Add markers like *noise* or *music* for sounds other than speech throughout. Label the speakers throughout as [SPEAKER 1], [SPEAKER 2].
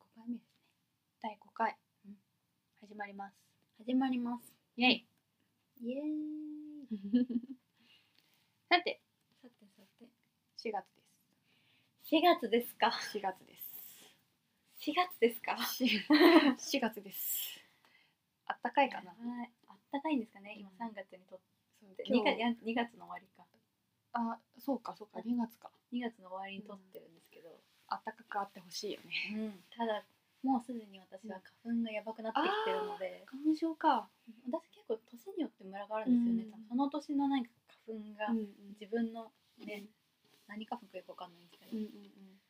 [SPEAKER 1] 5回目ですね
[SPEAKER 2] 第5回、
[SPEAKER 1] うん
[SPEAKER 2] 始まります
[SPEAKER 1] 始まります
[SPEAKER 2] イェイ
[SPEAKER 1] イエーイ
[SPEAKER 2] さて
[SPEAKER 1] さてさて
[SPEAKER 2] 4月で
[SPEAKER 1] 4月ですか
[SPEAKER 2] す4月です *laughs*
[SPEAKER 1] 4月ですか
[SPEAKER 2] 4月ですあったかいかな
[SPEAKER 1] はいあったかいんですかね今
[SPEAKER 2] うん
[SPEAKER 1] 3月にとって
[SPEAKER 2] 今
[SPEAKER 1] 2
[SPEAKER 2] 日
[SPEAKER 1] 月や二月の終わりか
[SPEAKER 2] あそうかそうか2月か
[SPEAKER 1] 2月の終わりに撮ってるんですけど、
[SPEAKER 2] あったかくあってほしいよね
[SPEAKER 1] うんただもうすでに私は花粉がやばくなってきてるので、
[SPEAKER 2] 花粉症か、
[SPEAKER 1] 私結構年によってムラがあるんですよね、
[SPEAKER 2] うん
[SPEAKER 1] 多分その年のなんか花粉が
[SPEAKER 2] うんうん
[SPEAKER 1] 自分のね、何花粉かよくわかんないんですけど、
[SPEAKER 2] うんうん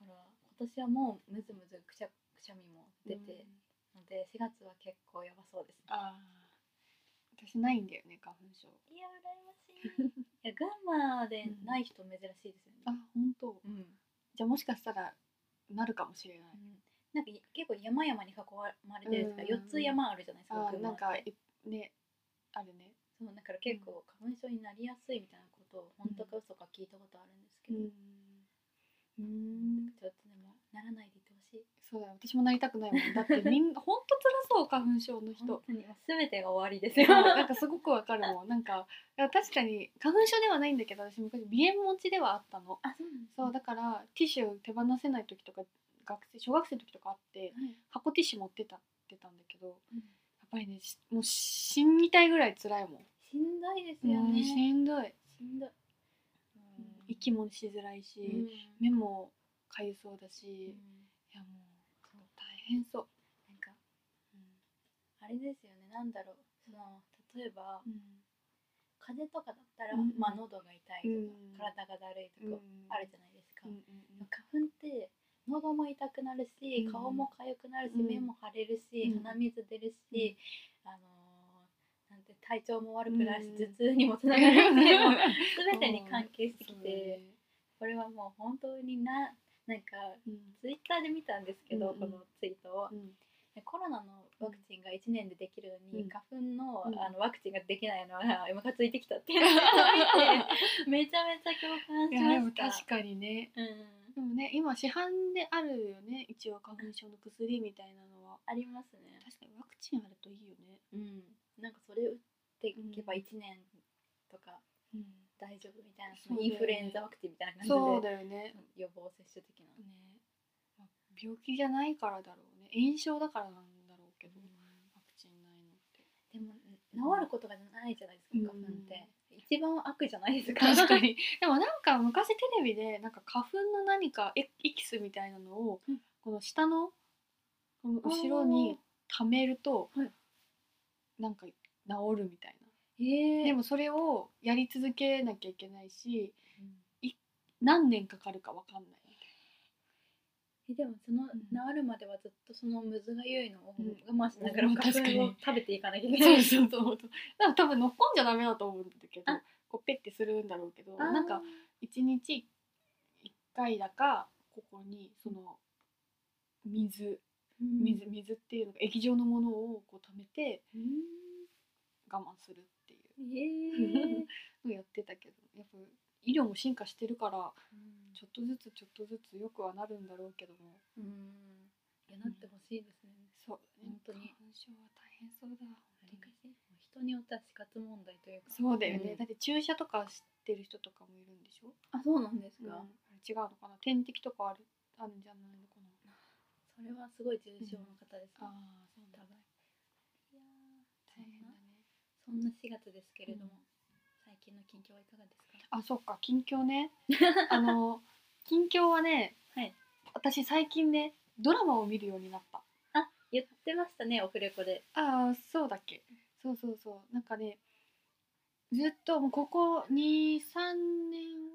[SPEAKER 1] だから今年はもうムズムズくしゃくしゃみも
[SPEAKER 2] うん
[SPEAKER 1] 出てので、4月は結構やばそうですね
[SPEAKER 2] あー私ないんだよね花粉症
[SPEAKER 1] いや羨 *laughs* ましいいや群馬でない人珍しいですよね、
[SPEAKER 2] あ本当
[SPEAKER 1] うん
[SPEAKER 2] じゃあもしかしたらなるかもしれない
[SPEAKER 1] うんなんかい結構山々に囲まれてるんですか、
[SPEAKER 2] う
[SPEAKER 1] 4
[SPEAKER 2] ん
[SPEAKER 1] つ山あるじゃないですか
[SPEAKER 2] あ
[SPEAKER 1] 群
[SPEAKER 2] な
[SPEAKER 1] 馬
[SPEAKER 2] ん
[SPEAKER 1] って
[SPEAKER 2] かいねあるね
[SPEAKER 1] そうだから結構花粉症になりやすいみたいなことを本当か嘘か聞いたことあるんですけど、
[SPEAKER 2] うん
[SPEAKER 1] ちょっとでもならないでいてほしい
[SPEAKER 2] そうだよ私もなりたくないもんだってみん *laughs* ほんと辛そう花粉症
[SPEAKER 1] 本
[SPEAKER 2] の人
[SPEAKER 1] 当にもう全てが終わりです
[SPEAKER 2] そう
[SPEAKER 1] よ *laughs*
[SPEAKER 2] *laughs* なんかすごくわかるもんなんかいや確かに花粉症ではないんだけど私昔鼻炎持ちではあったの
[SPEAKER 1] あそうなんです
[SPEAKER 2] そうだからティッシュ手放せない時とか学生小学生の時とかあって
[SPEAKER 1] はい
[SPEAKER 2] 箱ティッシュ持ってたってたんだけどや
[SPEAKER 1] うん
[SPEAKER 2] っぱりねしもう死にたいぐらい辛いもん
[SPEAKER 1] しんどいですよ
[SPEAKER 2] もう
[SPEAKER 1] ね。
[SPEAKER 2] しんどい
[SPEAKER 1] しんどい。
[SPEAKER 2] 息もしづらいし、
[SPEAKER 1] うん、
[SPEAKER 2] 目もかゆそうだし、
[SPEAKER 1] うん
[SPEAKER 2] いやもう大変そう、
[SPEAKER 1] なんかあれですよね。なんだろう。その例えば
[SPEAKER 2] うん
[SPEAKER 1] 風邪とかだったら、
[SPEAKER 2] うん
[SPEAKER 1] まあ喉が痛いとか、
[SPEAKER 2] うん
[SPEAKER 1] 体がだるいとか、あるじゃないですか。
[SPEAKER 2] うんうん
[SPEAKER 1] でも花粉って喉も痛くなるし、
[SPEAKER 2] うん
[SPEAKER 1] 顔も痒くなるし、
[SPEAKER 2] うん
[SPEAKER 1] 目も腫れるし、
[SPEAKER 2] うん
[SPEAKER 1] 鼻水出るし、あのーなんて体調も悪くなるし、頭痛にも
[SPEAKER 2] *laughs*
[SPEAKER 1] つながるし、
[SPEAKER 2] うん
[SPEAKER 1] もう全てに関係してき
[SPEAKER 2] *laughs* そう
[SPEAKER 1] て
[SPEAKER 2] ね、
[SPEAKER 1] これはもう本当にななんか
[SPEAKER 2] うん
[SPEAKER 1] ツイッターで見たんですけど、
[SPEAKER 2] うん
[SPEAKER 1] このツイートを、
[SPEAKER 2] うん
[SPEAKER 1] コロナのワクチンが1年でできるのに、
[SPEAKER 2] うん
[SPEAKER 1] 花粉の,、
[SPEAKER 2] うん
[SPEAKER 1] あのワクチンができないのがムカついてきたっていうのを見てめちゃめちゃ共感
[SPEAKER 2] い
[SPEAKER 1] し
[SPEAKER 2] やで
[SPEAKER 1] ま
[SPEAKER 2] も
[SPEAKER 1] した。
[SPEAKER 2] 確かにね
[SPEAKER 1] うん、
[SPEAKER 2] でもね今市販であるよね一応花粉症の薬みたいなのは
[SPEAKER 1] ありますね。
[SPEAKER 2] 確かにワクチンあるといいよね、
[SPEAKER 1] うん、なんかそれ打っていけば
[SPEAKER 2] うん
[SPEAKER 1] 1年とか大丈夫みたいな、
[SPEAKER 2] そうだよ
[SPEAKER 1] イ
[SPEAKER 2] ね
[SPEAKER 1] ンフルエンザワクチンみたいな
[SPEAKER 2] そ
[SPEAKER 1] 感じ
[SPEAKER 2] う
[SPEAKER 1] で
[SPEAKER 2] だよね
[SPEAKER 1] うん予防接種的な。
[SPEAKER 2] ね、まあ、病気じゃないからだろうね炎症だからなんだろうけど、ワクチンないのって
[SPEAKER 1] でも治ることがないじゃないですか花粉って、一番悪じゃないですか *laughs*
[SPEAKER 2] 確かにでもなんか昔テレビでなんか花粉の何かエエキスみたいなのを、
[SPEAKER 1] うん
[SPEAKER 2] この下のこの後ろに溜めると、
[SPEAKER 1] はい
[SPEAKER 2] なんか治るみたい
[SPEAKER 1] へ
[SPEAKER 2] な
[SPEAKER 1] え
[SPEAKER 2] でもそれをやり続けなきゃいけないし何年かかるかわかんない
[SPEAKER 1] えでもその
[SPEAKER 2] ん
[SPEAKER 1] 治るまではずっとそのむずがゆいのを
[SPEAKER 2] うん
[SPEAKER 1] 我慢しながら
[SPEAKER 2] うん
[SPEAKER 1] 花粉
[SPEAKER 2] 確かに
[SPEAKER 1] を食べていかなきゃいけな
[SPEAKER 2] そう
[SPEAKER 1] い
[SPEAKER 2] そうそうそうだから多分乗っこんじゃダメだと思うんだけど
[SPEAKER 1] あ
[SPEAKER 2] こうペッてするんだろうけど
[SPEAKER 1] あー
[SPEAKER 2] なんか1日1回だかここにその水
[SPEAKER 1] うん
[SPEAKER 2] 水水っていうのが液状のものをこう溜めて
[SPEAKER 1] うん
[SPEAKER 2] 我慢するってい
[SPEAKER 1] へ *laughs* え
[SPEAKER 2] うのやってたけどやっぱ医療も進化してるからちょっとずつちょっとずつよくはなるんだろうけども
[SPEAKER 1] うんいやなってほしいですね
[SPEAKER 2] そう
[SPEAKER 1] 本当に
[SPEAKER 2] 花粉症は大変そうだ
[SPEAKER 1] わりかし人によっては死活問題というか
[SPEAKER 2] そうだよね、
[SPEAKER 1] うん
[SPEAKER 2] だって注射とかしてる人とかもいるんでしょ、
[SPEAKER 1] あそうなんです
[SPEAKER 2] うん
[SPEAKER 1] か、
[SPEAKER 2] 違うのかな点滴とかあるあるんじゃないのかな
[SPEAKER 1] それはすごい重症の方ですね、
[SPEAKER 2] あそう
[SPEAKER 1] 多分いやー
[SPEAKER 2] 大変だね
[SPEAKER 1] そんな4月ですけれども、
[SPEAKER 2] うん
[SPEAKER 1] 最近の近況はいかがですか
[SPEAKER 2] あそっか近況 *laughs* ねあの近況はね、
[SPEAKER 1] はい
[SPEAKER 2] 私最近ねドラマを見るようになった
[SPEAKER 1] 言ってましたねオフレコで
[SPEAKER 2] ああそうだっけそうそうそうなんかねずっともうここ23年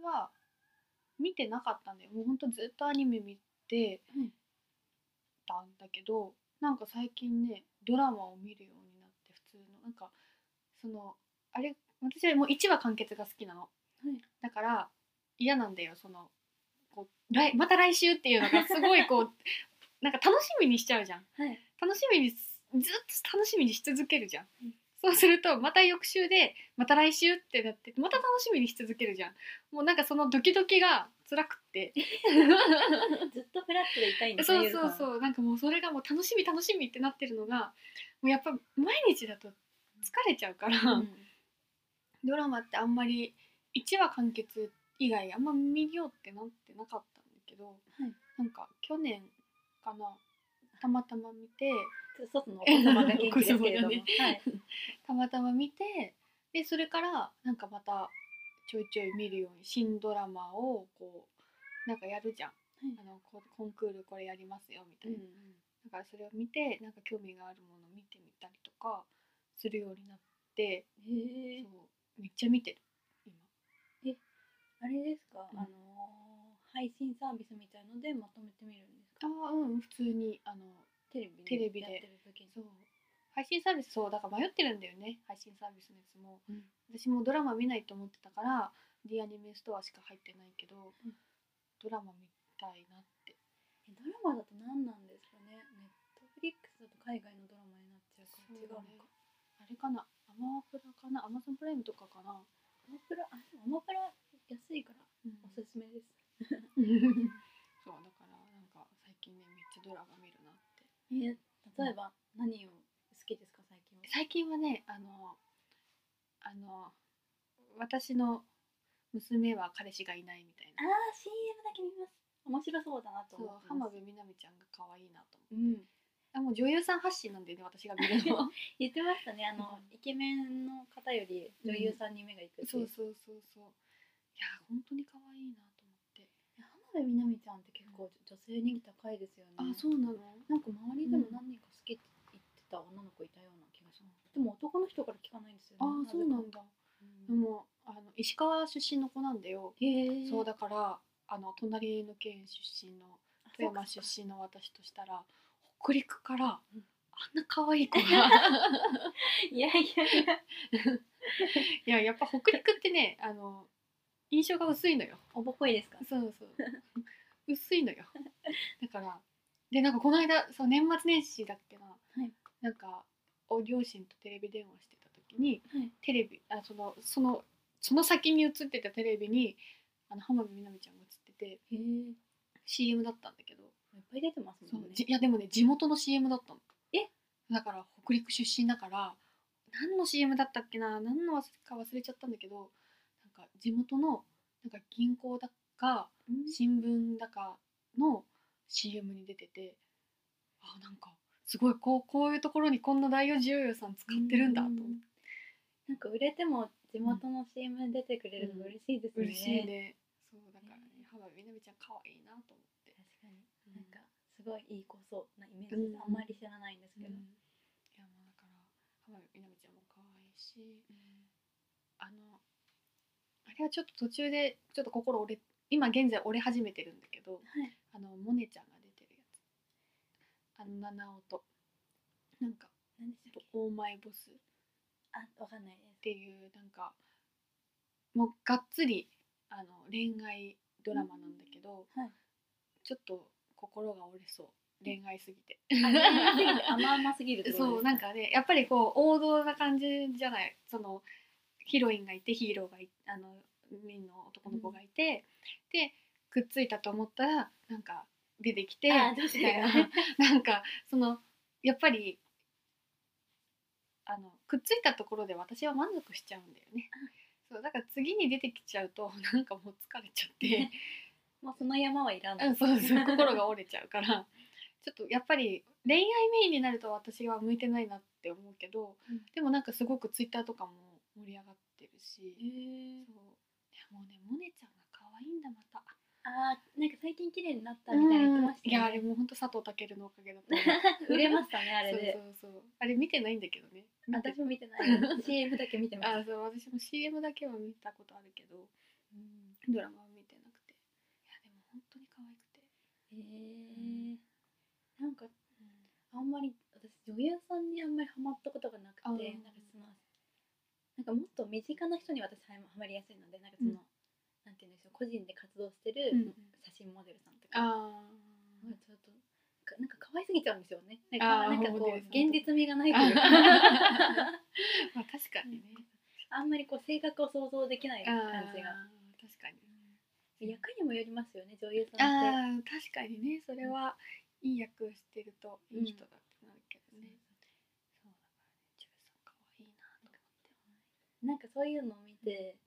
[SPEAKER 2] は見てなかったんだよもうほんとずっとアニメ見て
[SPEAKER 1] うん
[SPEAKER 2] たんだけど、なんか最近ねドラマを見るようになって普通のなんかそのあれ私はもう1話完結が好きなの、
[SPEAKER 1] い
[SPEAKER 2] だから嫌なんだよそのこう来また来週っていうのがすごいこう *laughs* なんか楽しみにしちゃうじゃん
[SPEAKER 1] はい
[SPEAKER 2] 楽しみにすずっと楽しみにし続けるじゃん、
[SPEAKER 1] うん
[SPEAKER 2] そうするとまた翌週でまた来週ってなってまた楽しみにし続けるじゃんもうなんかそのドキドキが辛くって
[SPEAKER 1] *laughs* ずっとフラットでいたいんです
[SPEAKER 2] そうそう
[SPEAKER 1] う。
[SPEAKER 2] そうなんかもうそれがもう楽しみ楽しみってなってるのがもうやっぱ毎日だと疲れちゃうから、
[SPEAKER 1] うん
[SPEAKER 2] ドラマってあんまり1話完結以外あんま見ようってなってなかったんだけど、
[SPEAKER 1] い
[SPEAKER 2] なんか去年かなたまたま見て
[SPEAKER 1] 外のお子様が元気ですけ *laughs* れども、
[SPEAKER 2] お子様がね
[SPEAKER 1] はい、
[SPEAKER 2] たまたま見てでそれからなんかまたちょいちょい見るように新ドラマをこうなんかやるじゃん、あのココンクールこれやりますよみたいな、だからそれを見てなんか興味があるものを見てみたりとかするようになって、
[SPEAKER 1] へえ
[SPEAKER 2] そうめっちゃ見てる今
[SPEAKER 1] あれですか、
[SPEAKER 2] うん
[SPEAKER 1] あの配信サービスみたいのでまとめてみるんです
[SPEAKER 2] あ
[SPEAKER 1] か
[SPEAKER 2] あうん普通にあの
[SPEAKER 1] テレビで
[SPEAKER 2] テレビで
[SPEAKER 1] やってる時に
[SPEAKER 2] そう配信サービスそうだから迷ってるんだよね配信サービスのやつも、
[SPEAKER 1] うん
[SPEAKER 2] 私もドラマ見ないと思ってたから D アニメストアしか入ってないけ
[SPEAKER 1] う
[SPEAKER 2] ど、
[SPEAKER 1] ん
[SPEAKER 2] ドラマ見たいなって
[SPEAKER 1] えドラマだと何なんですかねネットフリックスだと海外のドラマになっちゃうから違うの
[SPEAKER 2] そうね
[SPEAKER 1] か
[SPEAKER 2] あれかなアマプラかなアマゾンプライムとかかな、
[SPEAKER 1] アマプラあでもアマプラ安いから
[SPEAKER 2] うん
[SPEAKER 1] おすすめです、
[SPEAKER 2] *laughs* そうだからなんか最近ねめっちゃドラマ見るなって
[SPEAKER 1] え例えば何を好きですか最近は
[SPEAKER 2] 最近はねあのあの私の娘は彼氏がいないみたい
[SPEAKER 1] あ
[SPEAKER 2] な
[SPEAKER 1] あ CM だけ見ます面白そうだなと
[SPEAKER 2] そう
[SPEAKER 1] 思って
[SPEAKER 2] 浜
[SPEAKER 1] ます
[SPEAKER 2] 辺美波ちゃんが可愛いなと思って、
[SPEAKER 1] うん
[SPEAKER 2] あもう女優さん発信なんでね私が見るの
[SPEAKER 1] 言ってましたねあの、
[SPEAKER 2] う
[SPEAKER 1] イケメンの方より女優さんに目がいくって
[SPEAKER 2] *laughs* そ
[SPEAKER 1] いう
[SPEAKER 2] うそうそうそういや本当に可愛いなと思って、
[SPEAKER 1] 浜辺美波ちゃんって結構女性人気高いですよね
[SPEAKER 2] あそうなの
[SPEAKER 1] なんか周りでも何人か好きって言ってた女の子いたような気がします、でも男の人から聞かないんですよね
[SPEAKER 2] あーそうな
[SPEAKER 1] ぜ
[SPEAKER 2] ん
[SPEAKER 1] か
[SPEAKER 2] だ
[SPEAKER 1] う
[SPEAKER 2] で
[SPEAKER 1] ん
[SPEAKER 2] もあの石川出身の子なんだよ、
[SPEAKER 1] へえ
[SPEAKER 2] そうだからあの隣の県出身の富山出身の私としたら北陸からあ
[SPEAKER 1] うん
[SPEAKER 2] んな可愛い子 *laughs* が
[SPEAKER 1] 身いやいやいや
[SPEAKER 2] いややっぱ北陸ってねあの印象が薄いのよ
[SPEAKER 1] おぼこいですか
[SPEAKER 2] そう *laughs* そう薄いのよだからでなんかこの間そう年末年始だっけな、
[SPEAKER 1] い
[SPEAKER 2] なんかお両親とテレビ電話してた時に、
[SPEAKER 1] はい
[SPEAKER 2] テレビあそのそのその先に映ってたテレビにあの浜辺美波ちゃんが映ってて
[SPEAKER 1] へえ
[SPEAKER 2] CM だったんだけど、
[SPEAKER 1] いっぱい出てます
[SPEAKER 2] そ
[SPEAKER 1] もん
[SPEAKER 2] う
[SPEAKER 1] ね
[SPEAKER 2] じいやでもね地元の CM だったの
[SPEAKER 1] え
[SPEAKER 2] だから北陸出身だから何の CM だったっけな何の忘れか忘れちゃったんだけどなんか地元のなんか銀行だか
[SPEAKER 1] うん
[SPEAKER 2] 新聞だかの CM に出ててあなんかすごいこうこういうところにこんな大女優さん使ってるんだと思って
[SPEAKER 1] なんか売れても地元の CM に出てくれるの嬉しいですね、
[SPEAKER 2] 嬉しいねそうだからね
[SPEAKER 1] ね
[SPEAKER 2] 浜辺美波ちゃん可愛いなと思って、
[SPEAKER 1] 確かになんかすごいいい子そうなイメージ
[SPEAKER 2] うん
[SPEAKER 1] あんまり知らないんです
[SPEAKER 2] うん
[SPEAKER 1] け
[SPEAKER 2] い
[SPEAKER 1] ど、
[SPEAKER 2] やもうだから浜辺美波ちゃんも可愛いしあのあれはちょっと途中でちょっと心折れ今現在折れ始めてるんだけど
[SPEAKER 1] はい
[SPEAKER 2] あのモネちゃんが出てるやつあの七尾となんか
[SPEAKER 1] 何でしたっけ
[SPEAKER 2] 「オーマイボス」
[SPEAKER 1] あわかん
[SPEAKER 2] *laughs*
[SPEAKER 1] ない
[SPEAKER 2] っ
[SPEAKER 1] で
[SPEAKER 2] ていうなんかもうがっつりあの恋愛ドラマなんだけど、
[SPEAKER 1] うんはい
[SPEAKER 2] ちょっと心が折れそう恋愛すぎて、
[SPEAKER 1] すあ甘すぎる甘々すぎるってことです
[SPEAKER 2] そうなんかねやっぱりこう王道な感じじゃないそのヒロインがいてヒーローがいあのメインの男の子がいて、でくっついたと思ったらなんか出てきて
[SPEAKER 1] あ女性がね
[SPEAKER 2] *laughs* ななんかそのやっぱりあのくっついたところで私は満足しちゃうんだよね。そうだから次に出てきちゃうと *laughs* なんかもう疲れちゃって
[SPEAKER 1] もうその山はいらな
[SPEAKER 2] う
[SPEAKER 1] い、
[SPEAKER 2] ん、 *laughs* そうそう心が折れちゃうからちょっとやっぱり恋愛メインになると私は向いてないなって思うけど、
[SPEAKER 1] うん
[SPEAKER 2] でもなんかすごくツイッターとかも盛り上がってるし、
[SPEAKER 1] へー
[SPEAKER 2] そういやもうねモネちゃんが可愛いんだまた
[SPEAKER 1] あーなんか最近綺麗になったみたいな言ってました
[SPEAKER 2] いやあれ
[SPEAKER 1] ね、
[SPEAKER 2] もうほんと佐藤健のおかげだと思
[SPEAKER 1] *laughs*
[SPEAKER 2] う
[SPEAKER 1] 売れましたねあれで
[SPEAKER 2] そうそうそうあれ見てないんだけどね見て
[SPEAKER 1] 私も見てない
[SPEAKER 2] *laughs*
[SPEAKER 1] CM だけ見てます
[SPEAKER 2] あそう私も CM だけは見たことあるけど
[SPEAKER 1] うん
[SPEAKER 2] ドラマは見てなくていやでも本当に可愛くて、
[SPEAKER 1] へえなんかあんまり私女優さんにあんまりハマったことがなくて
[SPEAKER 2] あ
[SPEAKER 1] なん
[SPEAKER 2] ー
[SPEAKER 1] かそのなんかもっと身近な人に私はハマりやすいのでなんかその、
[SPEAKER 2] うん
[SPEAKER 1] なんていうんでしょう個人で活動して
[SPEAKER 2] う
[SPEAKER 1] る
[SPEAKER 2] ん
[SPEAKER 1] 写真モデルさんとか、
[SPEAKER 2] あー
[SPEAKER 1] なんかちょっとかなんか可愛すぎちゃうんですよねなん
[SPEAKER 2] あー
[SPEAKER 1] かなんか
[SPEAKER 2] モ
[SPEAKER 1] こう
[SPEAKER 2] デルさんとか
[SPEAKER 1] 現実味がないというか
[SPEAKER 2] まあ確かにね。
[SPEAKER 1] あんまりこう性格を想像できない感じが
[SPEAKER 2] あー確かに。
[SPEAKER 1] 役にもよりますよね女優さんって
[SPEAKER 2] あー確かにねそれはいい役をしてるといい人だってなるけどね、そうだからね中さん可愛いなと思って
[SPEAKER 1] なんかそういうのを見て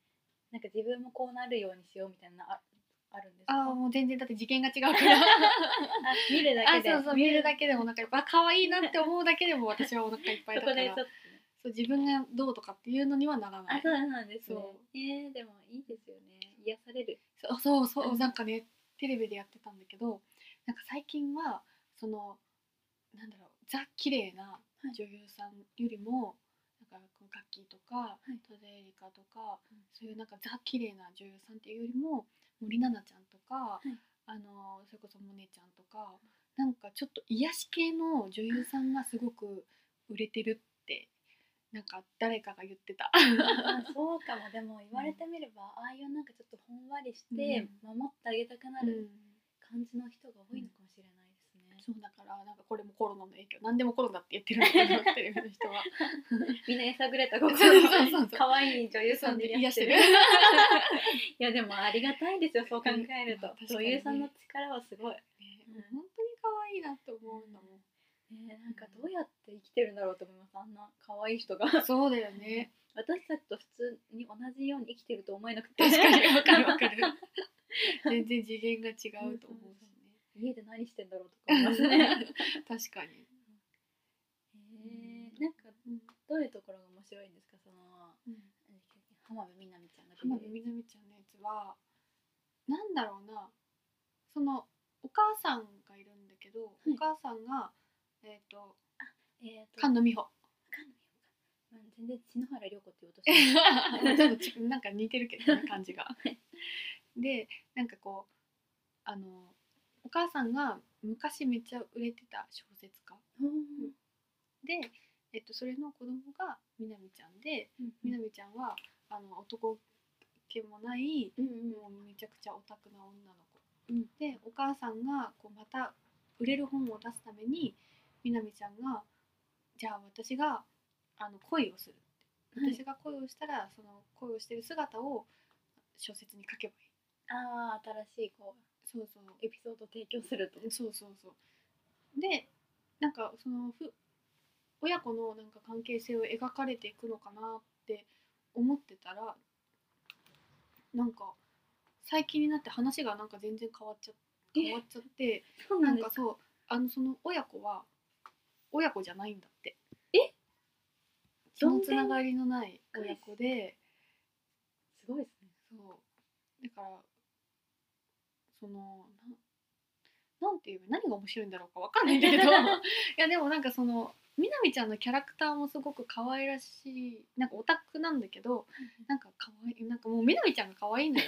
[SPEAKER 1] なんか自分もこうなるようにしようみたいなのああるんですか
[SPEAKER 2] ああもう全然だって次元が違う *laughs* からあ
[SPEAKER 1] あ見るだけで
[SPEAKER 2] そうそう見るだけでもお腹いっぱいあ可愛いなって思うだけでも私はお腹いっぱ
[SPEAKER 1] そ
[SPEAKER 2] いだ
[SPEAKER 1] こ
[SPEAKER 2] から
[SPEAKER 1] でちょっとね
[SPEAKER 2] そう自分がどうとかっていうのにはならな
[SPEAKER 1] あ
[SPEAKER 2] い
[SPEAKER 1] そうなんですね
[SPEAKER 2] そ
[SPEAKER 1] えー、でもいいですよね癒される
[SPEAKER 2] そうそうそう、
[SPEAKER 1] うん
[SPEAKER 2] なんかねテレビでやってたんだけどなんか最近はそのなんだろうザ綺麗な女優さんよりも、なんかこうガッキーとか、
[SPEAKER 1] *laughs* い
[SPEAKER 2] 戸田恵梨香とか、
[SPEAKER 1] うん
[SPEAKER 2] そういうなんかザ綺麗な女優さんっていうよりも森七菜ちゃんとか、
[SPEAKER 1] い
[SPEAKER 2] あのそれこそモネちゃんとかなんかちょっと癒し系の女優さんがすごく売れてるってなんか誰かが言ってた。
[SPEAKER 1] あそうかもでも言われてみれば、ああいうなんかちょっとほんわりして守ってあげたくなる感じの人が多いのかもしれないですね、
[SPEAKER 2] そうだからなんかこれもコロナの影響何でもコロナって言ってるんだなテレビの人は
[SPEAKER 1] みんなやさぐれた心
[SPEAKER 2] そうそうそう *laughs* そう
[SPEAKER 1] 可愛い女優さんで
[SPEAKER 2] 癒して *laughs* る
[SPEAKER 1] いやでもありがたいですよそう考えると、
[SPEAKER 2] うん確か
[SPEAKER 1] 女
[SPEAKER 2] にね
[SPEAKER 1] 優さんの力はすごい、
[SPEAKER 2] もう本当に可愛いなって思うんだもん
[SPEAKER 1] ね、なんかどうやって生きてるんだろうと思いますあんな可愛い人が
[SPEAKER 2] そうだよね
[SPEAKER 1] 私たちと普通に同じように生きてると思えなくて
[SPEAKER 2] 確か *laughs* にわかるわかる全然次元が違うと思うしね
[SPEAKER 1] 家で何してんだろうとか思いますね
[SPEAKER 2] *laughs* 確かに、
[SPEAKER 1] えー、なんかどういうところが面白いんですかその浜辺美波ちゃんが
[SPEAKER 2] 浜
[SPEAKER 1] 出て
[SPEAKER 2] 辺
[SPEAKER 1] る
[SPEAKER 2] 美波ちゃんのやつはなんだろうなそのお母さんがいるんだけど、
[SPEAKER 1] い
[SPEAKER 2] お母さんがえっ、と
[SPEAKER 1] えーと
[SPEAKER 2] 菅野美穂
[SPEAKER 1] 菅野美穂か、まあ、全然篠原涼子って言おうとしてる
[SPEAKER 2] ちょっとち *laughs* なんか似てるけどね感じが。でなんかこうあのお母さんが昔めっちゃ売れてた小説家で、えっと、それの子供がみなみちゃんでみなみちゃんはあの男気もない
[SPEAKER 1] うんうん
[SPEAKER 2] もうめちゃくちゃオタクな女の子、
[SPEAKER 1] うん
[SPEAKER 2] でお母さんがこうまた売れる本を出すためにみなみちゃんがじゃあ私があの恋をするって、
[SPEAKER 1] はい
[SPEAKER 2] 私が恋をしたらその恋をしてる姿を小説に書けばいい
[SPEAKER 1] ああ新しいこ
[SPEAKER 2] そうそう
[SPEAKER 1] うエピソードを提供すると
[SPEAKER 2] そうそうそうでなんかそのふ親子のなんか関係性を描かれていくのかなって思ってたらなんか最近になって話がなんか全然変わっちゃ変わっちゃって
[SPEAKER 1] そう
[SPEAKER 2] なんかそうあのその親子は親子じゃないんだって
[SPEAKER 1] え
[SPEAKER 2] そのつながりのない親子です
[SPEAKER 1] ごいですね
[SPEAKER 2] そうだからそのななんていう何が面白いんだろうかわかんないけ *laughs* れどいやでもなんかそのみなみちゃんのキャラクターもすごく可愛らしいなんかオタクなんだけどなんか可愛いなんかもうみなみちゃんが可愛いの *laughs* よ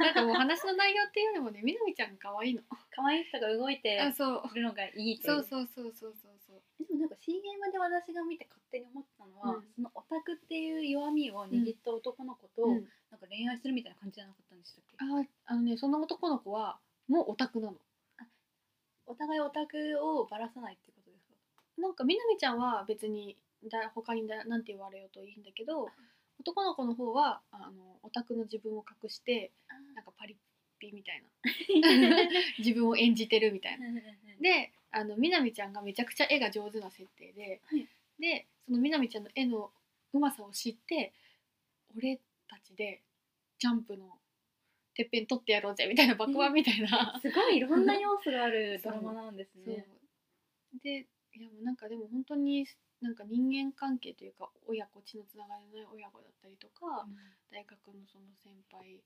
[SPEAKER 2] なんかもう話の内容っていうよりもねみなみちゃんが可愛いの
[SPEAKER 1] 可愛い人が動いて
[SPEAKER 2] あそう
[SPEAKER 1] るのがいいとい
[SPEAKER 2] そううそうそうそうそうそう
[SPEAKER 1] でもなんか CM で私が見て勝手に思ったのは、
[SPEAKER 2] うん
[SPEAKER 1] そのオタクっていう弱みを握った男の子と、
[SPEAKER 2] うん
[SPEAKER 1] なんか恋愛するみたいな感じじゃなかったんでしたっけ
[SPEAKER 2] ああのねその男の子はもうオタクなの
[SPEAKER 1] お互いオタクをばらさないっていうことですか
[SPEAKER 2] なんかみなみちゃんは別にだ他にだなんて言われようといいんだけど男の子の方はあのオタクの自分を隠してなんかパリッピみた
[SPEAKER 1] *laughs*
[SPEAKER 2] いな自分を演じてるみたいな。
[SPEAKER 1] で、
[SPEAKER 2] であのみなみちゃんがめちゃくちゃ絵が上手な設定で、
[SPEAKER 1] はい
[SPEAKER 2] でそのみなみちゃんの絵のうまさを知って俺たちでジャンプのてっぺん取ってやろうぜみたいな爆破みたいな。
[SPEAKER 1] すごいいろんな要素があるドラマなんです
[SPEAKER 2] そう
[SPEAKER 1] ね。
[SPEAKER 2] でいやもうなんかでも本当になんか人間関係というか親子血のつながりのない親子だったりとか、大学のその先輩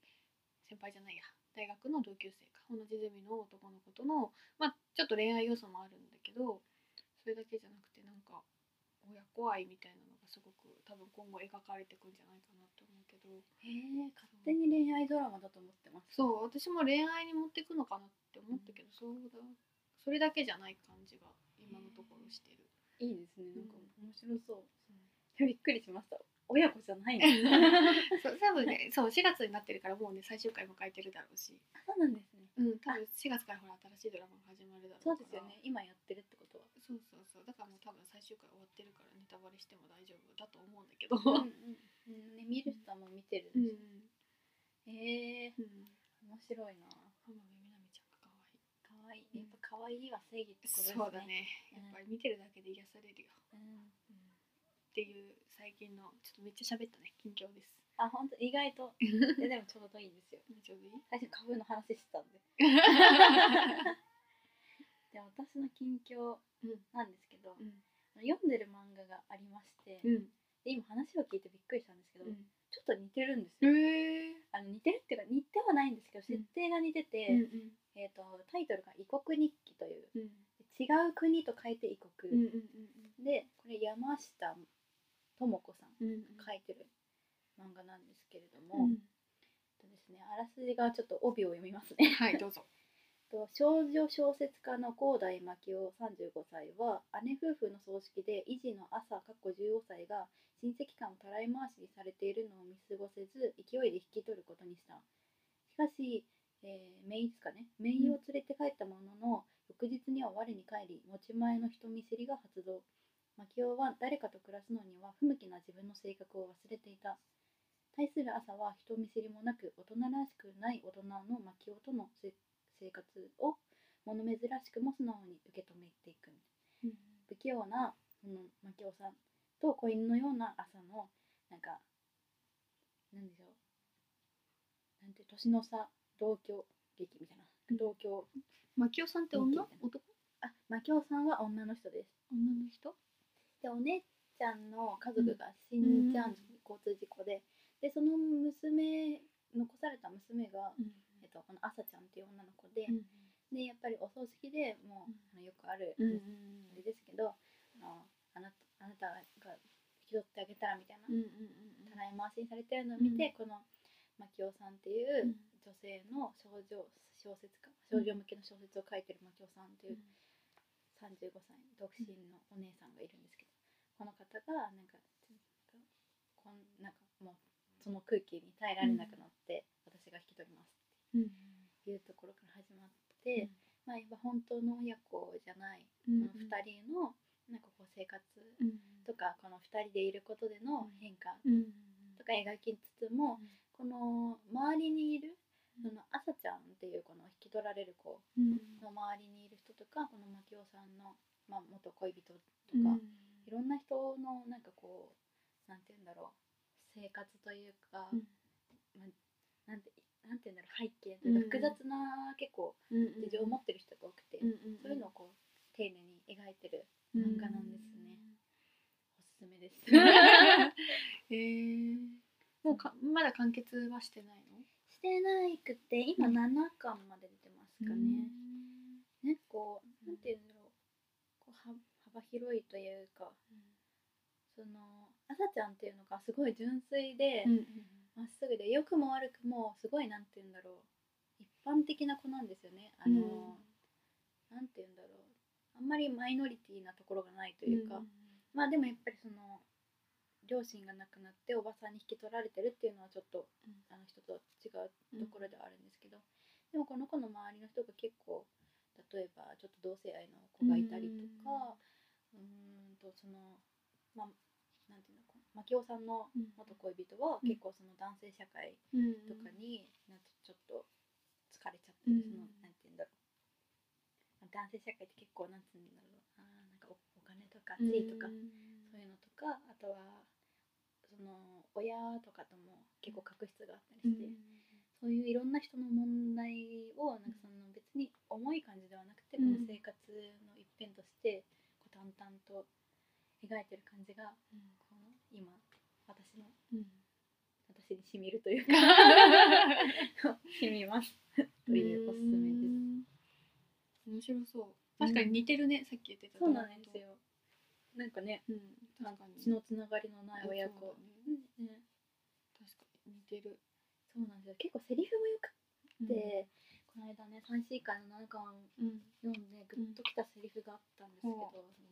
[SPEAKER 2] 先輩じゃないや大学の同級生か同じゼミの男の子とのまあちょっと恋愛要素もあるんだけどそれだけじゃなくてなんか親子愛みたいなのがすごく多分今後描かれてくんじゃないかなと思うけど
[SPEAKER 1] へえ勝手に恋愛ドラマだと思ってます。
[SPEAKER 2] そう私も恋愛に持ってくのかなって思ったけど、そうだそれだけじゃない感じが今のところしてる。
[SPEAKER 1] いいですね。なんか
[SPEAKER 2] う
[SPEAKER 1] 面白そう。びっくりしま *laughs* した。親子じゃないの。
[SPEAKER 2] *laughs* そう多分ねそう4月になってるからもうね最終回迎えてるだろうし、
[SPEAKER 1] そうなんですね。
[SPEAKER 2] うん、多分4月からほら新しいドラマが始まるだろうか
[SPEAKER 1] そう
[SPEAKER 2] ら
[SPEAKER 1] ですよね。今やってるってことは。
[SPEAKER 2] そうそうそうだからもう多分最終回終わってるからネタバレしても大丈夫だと思うんだけど
[SPEAKER 1] うんうんね見る人はもう見てる
[SPEAKER 2] *laughs* うん
[SPEAKER 1] でしょ。ええ
[SPEAKER 2] うん
[SPEAKER 1] 面白いな
[SPEAKER 2] 浜辺美波ちゃんが可愛い
[SPEAKER 1] 可愛いやっぱ可愛いは正義ってことですね
[SPEAKER 2] そうだねやっぱり見てるだけで癒されるよ、
[SPEAKER 1] うん
[SPEAKER 2] っていう最近のちょっとめっちゃ喋ったね近況です
[SPEAKER 1] あ本当意外
[SPEAKER 2] *laughs*
[SPEAKER 1] とででもちょうどいいんですよ
[SPEAKER 2] ちょうどいい
[SPEAKER 1] 最初株の話してたんでで私の近況
[SPEAKER 2] うん
[SPEAKER 1] なんですけど、
[SPEAKER 2] *laughs* うん
[SPEAKER 1] 読んでる漫画がありまして、で
[SPEAKER 2] うん
[SPEAKER 1] 今話を聞いてびっくりしたんですけど、
[SPEAKER 2] う
[SPEAKER 1] ちょ
[SPEAKER 2] ん
[SPEAKER 1] っと似てるんですよ、
[SPEAKER 2] へえ
[SPEAKER 1] あの似てるっていうか似てはないんですけど設定が似てて、
[SPEAKER 2] うん
[SPEAKER 1] えー、とタイトルが「異国日記」という
[SPEAKER 2] うんうん
[SPEAKER 1] 違う国と書いて異
[SPEAKER 2] うん
[SPEAKER 1] 国、でこれ山下智子さん
[SPEAKER 2] うんうん
[SPEAKER 1] が書いてる漫画なんですけれど
[SPEAKER 2] う
[SPEAKER 1] も、
[SPEAKER 2] ん
[SPEAKER 1] えっとですね、あらすじがちょっと帯を読みますね。
[SPEAKER 2] はいどうぞ
[SPEAKER 1] と少女小説家の高台真紀夫35歳は姉夫婦の葬式で維持の朝かっこ15歳が親戚間をたらい回しにされているのを見過ごせず勢いで引き取ることにしたしかし、えー、姪ですかね姪を連れて帰ったものの、翌日には我に返り持ち前の人見知りが発動真紀夫は誰かと暮らすのには不向きな自分の性格を忘れていた対する朝は人見知りもなく大人らしくない大人の真紀夫とのせ生活を物珍しくも素直に受け止めていく不器用なそのマキオさんと子犬のような朝のなんかなんでしょうなんて年の差同居劇みたいな同居
[SPEAKER 2] マキオさんって女男
[SPEAKER 1] あマキオさんは女の人です
[SPEAKER 2] 女の人
[SPEAKER 1] でお姉ちゃんの家族が死んじゃうんです、交通事故ででその娘残された娘が、
[SPEAKER 2] うん
[SPEAKER 1] えっと、この朝ちゃんっていう女の子で、でやっぱりお葬式でもう、あのよくある、
[SPEAKER 2] うんうん
[SPEAKER 1] あれですけどあのあなたあなたが引き取ってあげたらみたいな、
[SPEAKER 2] うんうん
[SPEAKER 1] たらい回しにされてるのを見て、この牧雄さんっていううん女性の少女小説家少女向けの小説を書いてる牧雄さんっていう35歳独身のお姉さんがいるんですけどこの方がなんかこんなんかもうその空気に耐えられなくなって、私が引き取ります
[SPEAKER 2] う
[SPEAKER 1] っ
[SPEAKER 2] ん
[SPEAKER 1] ていうところから始まって、まあやっぱ本当の親子じゃない
[SPEAKER 2] うん
[SPEAKER 1] この2人のなんかこう生活
[SPEAKER 2] うん
[SPEAKER 1] とかこの2人でいることでの変化
[SPEAKER 2] うん
[SPEAKER 1] とか描きつつもこの周りにいるその朝ちゃんっていうこの引き取られる子
[SPEAKER 2] うん
[SPEAKER 1] の周りにいる人とかこの牧雄さんの、まあ、元恋人とか、いろんな人のなんかこうなんて言うんだろう生活というか、
[SPEAKER 2] うん
[SPEAKER 1] なんてなんて言うんだろう背景というか複雑
[SPEAKER 2] うん
[SPEAKER 1] な結構
[SPEAKER 2] うん
[SPEAKER 1] 事情を持ってる人が多くて、
[SPEAKER 2] うんうん
[SPEAKER 1] そういうのをこう丁寧に描いてる
[SPEAKER 2] うん
[SPEAKER 1] 漫画なんですねおすすめ
[SPEAKER 2] *laughs*
[SPEAKER 1] です。
[SPEAKER 2] へえもうかまだ完結はしてないの
[SPEAKER 1] してないくて今
[SPEAKER 2] うん
[SPEAKER 1] 7巻まで出てますかね。ねこうなんて言うんだろうこうは幅広いというかその朝ちゃんっていうのがすごい純粋で
[SPEAKER 2] うんうん
[SPEAKER 1] まっすぐで良くも悪くもすごいなんて言うんだろう一般的な子なんですよね。あの、なんて言うんだろうあんまりマイノリティなところがないというか、まあでもやっぱりその両親が亡くなっておばさんに引き取られてるっていうのはちょっと、
[SPEAKER 2] うん
[SPEAKER 1] あの人と違うところではあるんですけど、でもこの子の周りの人が結構例えばちょっと同性愛の子がいたりとかうーんとそのまあなんていうのかな牧雄さんの
[SPEAKER 2] うん
[SPEAKER 1] 元恋人は結構その男性社会
[SPEAKER 2] うん
[SPEAKER 1] とかになんかちょっと疲れちゃってる、その
[SPEAKER 2] うん
[SPEAKER 1] なんて言うんだろう男性社会って結構なんて言うんだろうあーなんかおお金とか地位とか、
[SPEAKER 2] うん
[SPEAKER 1] そういうのとかあとはその親とかとも結構確執があったりして、そういういろんな人の問題をなんかその別に重い感じではなくて、
[SPEAKER 2] うん
[SPEAKER 1] この生活の一辺としてこう淡々と描いてる感じがこの今私の
[SPEAKER 2] うん
[SPEAKER 1] 私にしみるというかしみますというおすすめです。
[SPEAKER 2] す面白そう確かに似てるねさっき言ってた
[SPEAKER 1] そうなんですよなんかね
[SPEAKER 2] うん確かに
[SPEAKER 1] 血のつながりのない親
[SPEAKER 2] そう
[SPEAKER 1] 子
[SPEAKER 2] だ、ね
[SPEAKER 1] うんね
[SPEAKER 2] 確かに似てる
[SPEAKER 1] そうなんですよ結構セリフもよくで、この間ね3 c 回の7巻を
[SPEAKER 2] うん
[SPEAKER 1] 読んでグッときたセリフがあったんですけど、
[SPEAKER 2] うん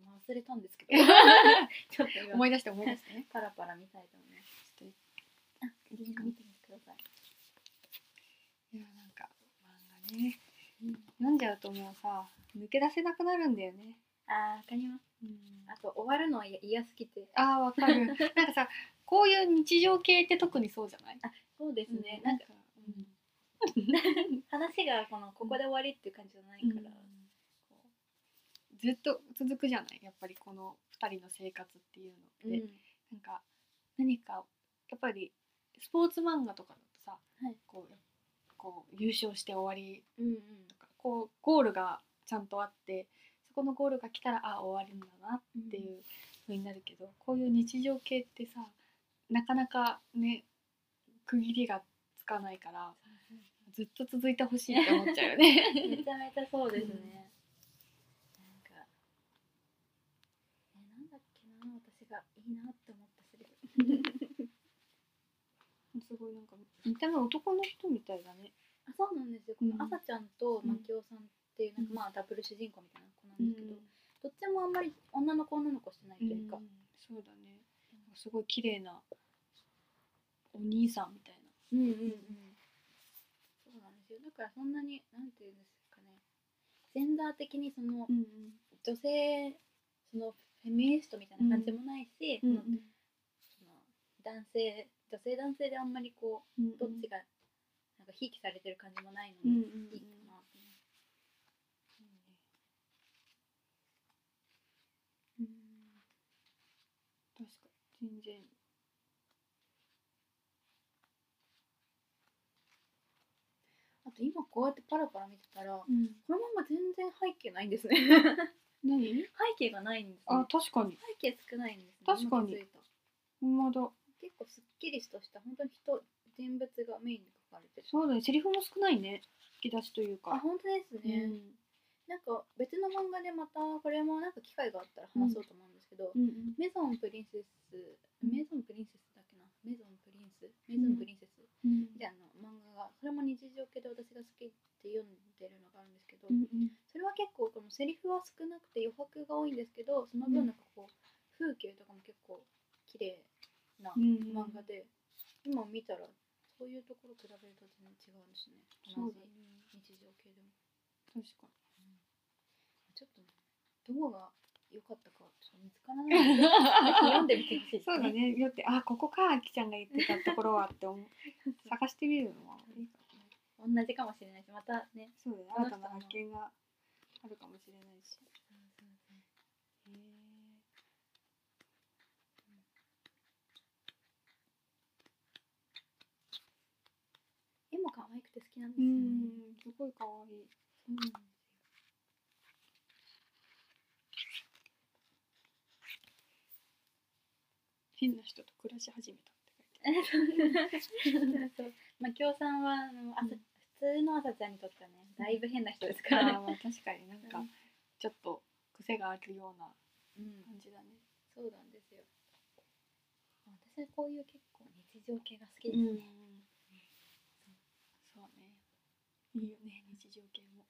[SPEAKER 1] もう忘れたんですけど *laughs* ちょっと
[SPEAKER 2] 思
[SPEAKER 1] 今
[SPEAKER 2] い出して思い出してね
[SPEAKER 1] パラパラ見たいと思います
[SPEAKER 2] ちょっと
[SPEAKER 1] あリンク見てみてください、
[SPEAKER 2] いやなんか漫画ね読んじゃうともうさ抜け出せなくなるんだよね、
[SPEAKER 1] あーわかりますあと終わるのは嫌嫌すぎて
[SPEAKER 2] あーわかる *laughs* なんかさこういう日常系って特にそうじゃない
[SPEAKER 1] そうで
[SPEAKER 2] うんなんか、うん、
[SPEAKER 1] 話がこのここで終わりっていう感じじゃないから、
[SPEAKER 2] ずっと続くじゃないやっぱりこの2人の生活っていうのって、なんか何かやっぱりスポーツ漫画とかだとさ、
[SPEAKER 1] はい
[SPEAKER 2] こうこう優勝して終わり
[SPEAKER 1] うんうん
[SPEAKER 2] とかこうゴールがちゃんとあってそこのゴールが来たらあ終わりなんだな
[SPEAKER 1] うん
[SPEAKER 2] っていう風になるけど、こういう日常系ってさなかなかね区切りがつかないからずっと続いてほしいって思っちゃうよ
[SPEAKER 1] *laughs* め
[SPEAKER 2] ね。
[SPEAKER 1] ちゃめちゃそうですね。なんか、え、なんだっけな、私がいいなって思ったセリフ。
[SPEAKER 2] すごいなんか見た目男の人みたいだね。
[SPEAKER 1] あ、そうなんですよ。こ
[SPEAKER 2] うん
[SPEAKER 1] の朝ちゃんとマキオさんっていう、なんか
[SPEAKER 2] うん
[SPEAKER 1] まあダブル主人公みたいな子なんですけど、どっちもあんまり女の子女の子してないというか、
[SPEAKER 2] そうだねすごい綺麗なお兄さんみたい
[SPEAKER 1] うんうんうん。そうなんですよ。だからそんなに、なんていうんですかね、ジェンダー的にその
[SPEAKER 2] な、
[SPEAKER 1] 女性、そのフェミニストみたいな感じもないし、そのその男性女性男性であんまりこうどっちがなんかひいきされてる感じもないの
[SPEAKER 2] うんうん
[SPEAKER 1] でい
[SPEAKER 2] うん
[SPEAKER 1] いかなと思
[SPEAKER 2] うん確かに全然
[SPEAKER 1] うあと今こうやってパラパラ見てたらこ
[SPEAKER 2] うん
[SPEAKER 1] のまま全然背景ないんですね
[SPEAKER 2] 何
[SPEAKER 1] 背景がないんですね
[SPEAKER 2] あ確かに
[SPEAKER 1] 背景少ないんですね
[SPEAKER 2] 確か
[SPEAKER 1] 今
[SPEAKER 2] に
[SPEAKER 1] 気づいた
[SPEAKER 2] ほんまだ
[SPEAKER 1] 結構すっきりとした本当に人人物がメインに書かれてる
[SPEAKER 2] そうだねセリフも少ないね引き出しという
[SPEAKER 1] あ
[SPEAKER 2] か
[SPEAKER 1] 本当ですね、
[SPEAKER 2] うん
[SPEAKER 1] なんか別の漫画でまたこれもなんか機会があったら話そうと思うんですけど、
[SPEAKER 2] うん
[SPEAKER 1] メゾンプリンセス、メゾンプリンセスだっけな、メゾンプリンス、メゾンプリンセス、
[SPEAKER 2] うん
[SPEAKER 1] みたいな漫画が、それも日常系で私が好きって読んでるのがあるんですけど、
[SPEAKER 2] うんうん
[SPEAKER 1] それは結構このセリフは少なくて余白が多いんですけど、その分なんかこう、風景とかも結構綺麗な
[SPEAKER 2] うん
[SPEAKER 1] 漫画で、今見たらそういうところ比べると全然違うんですね。
[SPEAKER 2] そ
[SPEAKER 1] 同
[SPEAKER 2] う
[SPEAKER 1] じ
[SPEAKER 2] だね
[SPEAKER 1] 日常系でも。
[SPEAKER 2] 確か
[SPEAKER 1] ちょっとね、どこが良かったかちょっと見つからないので、ぜひ読んでみてほしいで
[SPEAKER 2] に
[SPEAKER 1] す
[SPEAKER 2] *laughs* そうだねよってあここかあきちゃんが言ってたところはっ
[SPEAKER 1] *laughs*
[SPEAKER 2] て思う探してみるのはいいかもね
[SPEAKER 1] 同じかもしれないしまたね
[SPEAKER 2] そうだね。
[SPEAKER 1] この
[SPEAKER 2] 新
[SPEAKER 1] 人
[SPEAKER 2] たな発見があるかもしれないし。へえ。
[SPEAKER 1] 絵も可愛くて好きなんで
[SPEAKER 2] う
[SPEAKER 1] すよね、
[SPEAKER 2] ん、すごい可愛い。
[SPEAKER 1] そうなんですよ
[SPEAKER 2] 変な人と暮らし始めたって書いてあ
[SPEAKER 1] *laughs* そうまあ京さんはあの朝、
[SPEAKER 2] うん
[SPEAKER 1] 普通の朝ちゃんにとってはねだいぶ変な人ですか
[SPEAKER 2] る。
[SPEAKER 1] ら、
[SPEAKER 2] *laughs* あーまあ確かになんか
[SPEAKER 1] うん
[SPEAKER 2] ちょっと癖があるような
[SPEAKER 1] うん、
[SPEAKER 2] 感じだね。
[SPEAKER 1] そうなんですよ私はこういう結構日常系が好き
[SPEAKER 2] う
[SPEAKER 1] です
[SPEAKER 2] ん
[SPEAKER 1] ね、。
[SPEAKER 2] そうね。いいよね日常系も。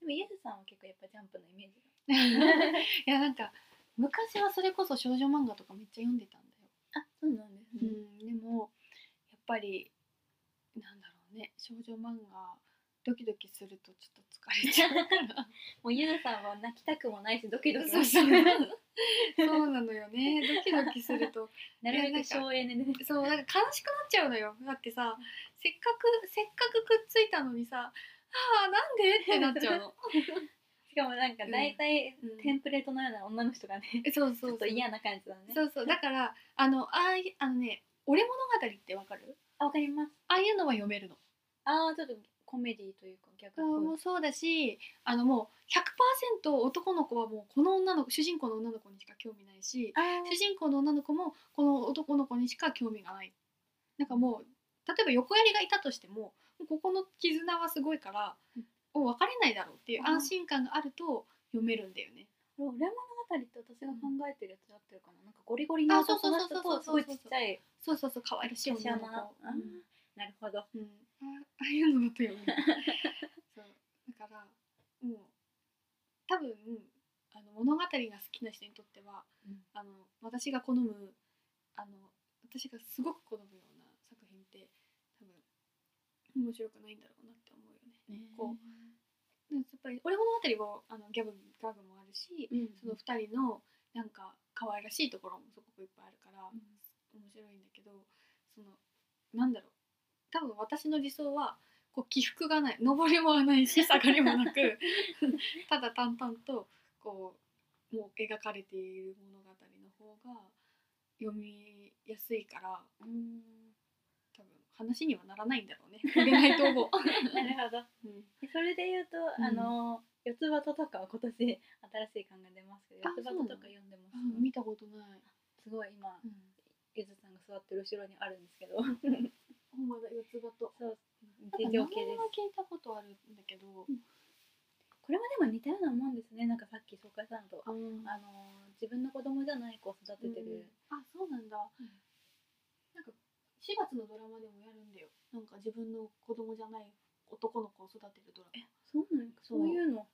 [SPEAKER 1] でもイエスさんは結構やっぱジャンプのイメージが
[SPEAKER 2] いやなんか昔はそれこそ少女漫画とかめっちゃ読んでたんだよ。
[SPEAKER 1] あそうなんです
[SPEAKER 2] う
[SPEAKER 1] ね、
[SPEAKER 2] ん、でもやっぱりなんだろうね少女漫画ドキドキするとちょっと疲れちゃうから
[SPEAKER 1] もうイエスさんは泣きたくもないし *laughs* ドキドキも
[SPEAKER 2] そう
[SPEAKER 1] し
[SPEAKER 2] そう
[SPEAKER 1] ない
[SPEAKER 2] そうなのよねドキドキ
[SPEAKER 1] *laughs*
[SPEAKER 2] すると
[SPEAKER 1] *laughs* なるべく省エネでね
[SPEAKER 2] そうなんか悲しくなっちゃうのよだってさせっかくせっかくくっついたのにさあーなんでってなっちゃ
[SPEAKER 1] *laughs*
[SPEAKER 2] うの
[SPEAKER 1] しかもなんか大体
[SPEAKER 2] うん
[SPEAKER 1] テンプレートのような女の人がね
[SPEAKER 2] そう
[SPEAKER 1] ち
[SPEAKER 2] そ
[SPEAKER 1] ょ
[SPEAKER 2] うそ
[SPEAKER 1] っ
[SPEAKER 2] う
[SPEAKER 1] と嫌な感じだね
[SPEAKER 2] そうそうだからあのああいあのね俺物語ってわかる
[SPEAKER 1] あわかります
[SPEAKER 2] ああいうのは読めるの
[SPEAKER 1] ああちょっとコメディというか逆
[SPEAKER 2] あもうそうだしあのもう100%男の子はもうこの女の子主人公の女の子にしか興味ないし
[SPEAKER 1] あ
[SPEAKER 2] 主人公の女の子もこの男の子にしか興味がないなんかもう例えば横やりがいたとしてももうここの絆はすごいから、
[SPEAKER 1] うん
[SPEAKER 2] もう別れないだろうっていう安心感があると読めるんだよね。
[SPEAKER 1] 俺物語って私が考えてるやつだってるかななんかゴリゴリの男の人
[SPEAKER 2] あそうそうそうそう
[SPEAKER 1] とすごいちっちゃい
[SPEAKER 2] そうそうそう可愛らしい
[SPEAKER 1] 華奢
[SPEAKER 2] 女の子。
[SPEAKER 1] なあーなるほど
[SPEAKER 2] うん、あああいうのだとよね
[SPEAKER 1] *laughs*
[SPEAKER 2] そうだからもう多分あの物語が好きな人にとっては、
[SPEAKER 1] うん
[SPEAKER 2] あの私が好むあの私がすごく好むような作品って多分面白くないんだろうなって思うよね。こでもやっぱり俺物語はあのギャグギャグもあるし、
[SPEAKER 1] う、うん、
[SPEAKER 2] その2人のなんか可愛らしいところもすごくいっぱいあるから、
[SPEAKER 1] うん
[SPEAKER 2] 面白いんだけどそのなんだろう多分私の理想はこう起伏がない上りもな
[SPEAKER 1] *laughs*
[SPEAKER 2] いし下がりもなく *laughs* ただ淡々とこうもう描かれている物語の方が読みやすいから
[SPEAKER 1] うん *laughs*
[SPEAKER 2] 多分話にはならないんだろうね恋愛統
[SPEAKER 1] *laughs*
[SPEAKER 2] 合、
[SPEAKER 1] なるほど
[SPEAKER 2] うん、
[SPEAKER 1] それで言うと、
[SPEAKER 2] うん
[SPEAKER 1] あの四つ葉ととかは今年新しい感が出ますけど
[SPEAKER 2] あ
[SPEAKER 1] 四つ葉ととか読んでます、
[SPEAKER 2] うん見たことない、
[SPEAKER 1] すごい今
[SPEAKER 2] うん、
[SPEAKER 1] ゆずさんが座ってる後ろにあるんですけど
[SPEAKER 2] ほんまだ四つ葉と
[SPEAKER 1] そう
[SPEAKER 2] 名
[SPEAKER 1] 全
[SPEAKER 2] 前
[SPEAKER 1] 然
[SPEAKER 2] は
[SPEAKER 1] OK です
[SPEAKER 2] 聞いたことあるんだけど、
[SPEAKER 1] これもでも似たようなもんですねなんかさっき紹介したのと
[SPEAKER 2] あ
[SPEAKER 1] あの自分の子供じゃない子を育ててる、
[SPEAKER 2] うんあそうなんだ、
[SPEAKER 1] うん
[SPEAKER 2] なんか4月のドラマでもやるんだよなんか自分の子供じゃない男の子を育てるドラマ
[SPEAKER 1] そうなん
[SPEAKER 2] そう
[SPEAKER 1] そういうの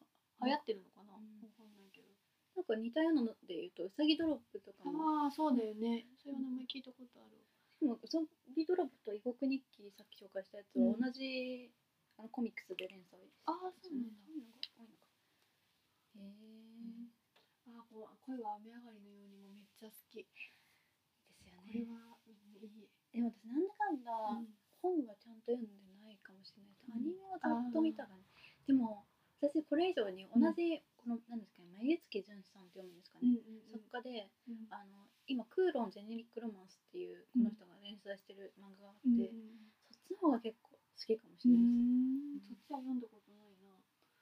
[SPEAKER 2] 流行ってるのかな、
[SPEAKER 1] う
[SPEAKER 2] わ
[SPEAKER 1] ん
[SPEAKER 2] かんないけど
[SPEAKER 1] なんか似たようなので言うとうさぎドロップとかも
[SPEAKER 2] ああそうだよねそういう名前聞いたことある
[SPEAKER 1] でもうさぎドロップと異国日記さっき紹介したやつは
[SPEAKER 2] うん
[SPEAKER 1] 同じ、あのコミックスで連載して
[SPEAKER 2] あ
[SPEAKER 1] る
[SPEAKER 2] あそうなんだ、
[SPEAKER 1] そういうのが多いのかへえ、
[SPEAKER 2] んああこう恋は雨上がりのようにもめっちゃ好きこ
[SPEAKER 1] ですよ
[SPEAKER 2] れ
[SPEAKER 1] ね
[SPEAKER 2] は、うんいい、
[SPEAKER 1] でも私なんだかんだ、本はちゃんと読んでないかもしれないですアニメはざっと見たらねでも私これ以上に同じこの何ですかね眉月淳さんって読むんですか
[SPEAKER 2] うん
[SPEAKER 1] ね、
[SPEAKER 2] うん
[SPEAKER 1] 作家で
[SPEAKER 2] うん
[SPEAKER 1] あの今「クーロンジェネリック・ロマンス」っていうこの人が連載してる漫画があって、
[SPEAKER 2] うん
[SPEAKER 1] そっちの方が結構好きかもし
[SPEAKER 2] う
[SPEAKER 1] れない
[SPEAKER 2] んそっちは読んだことないな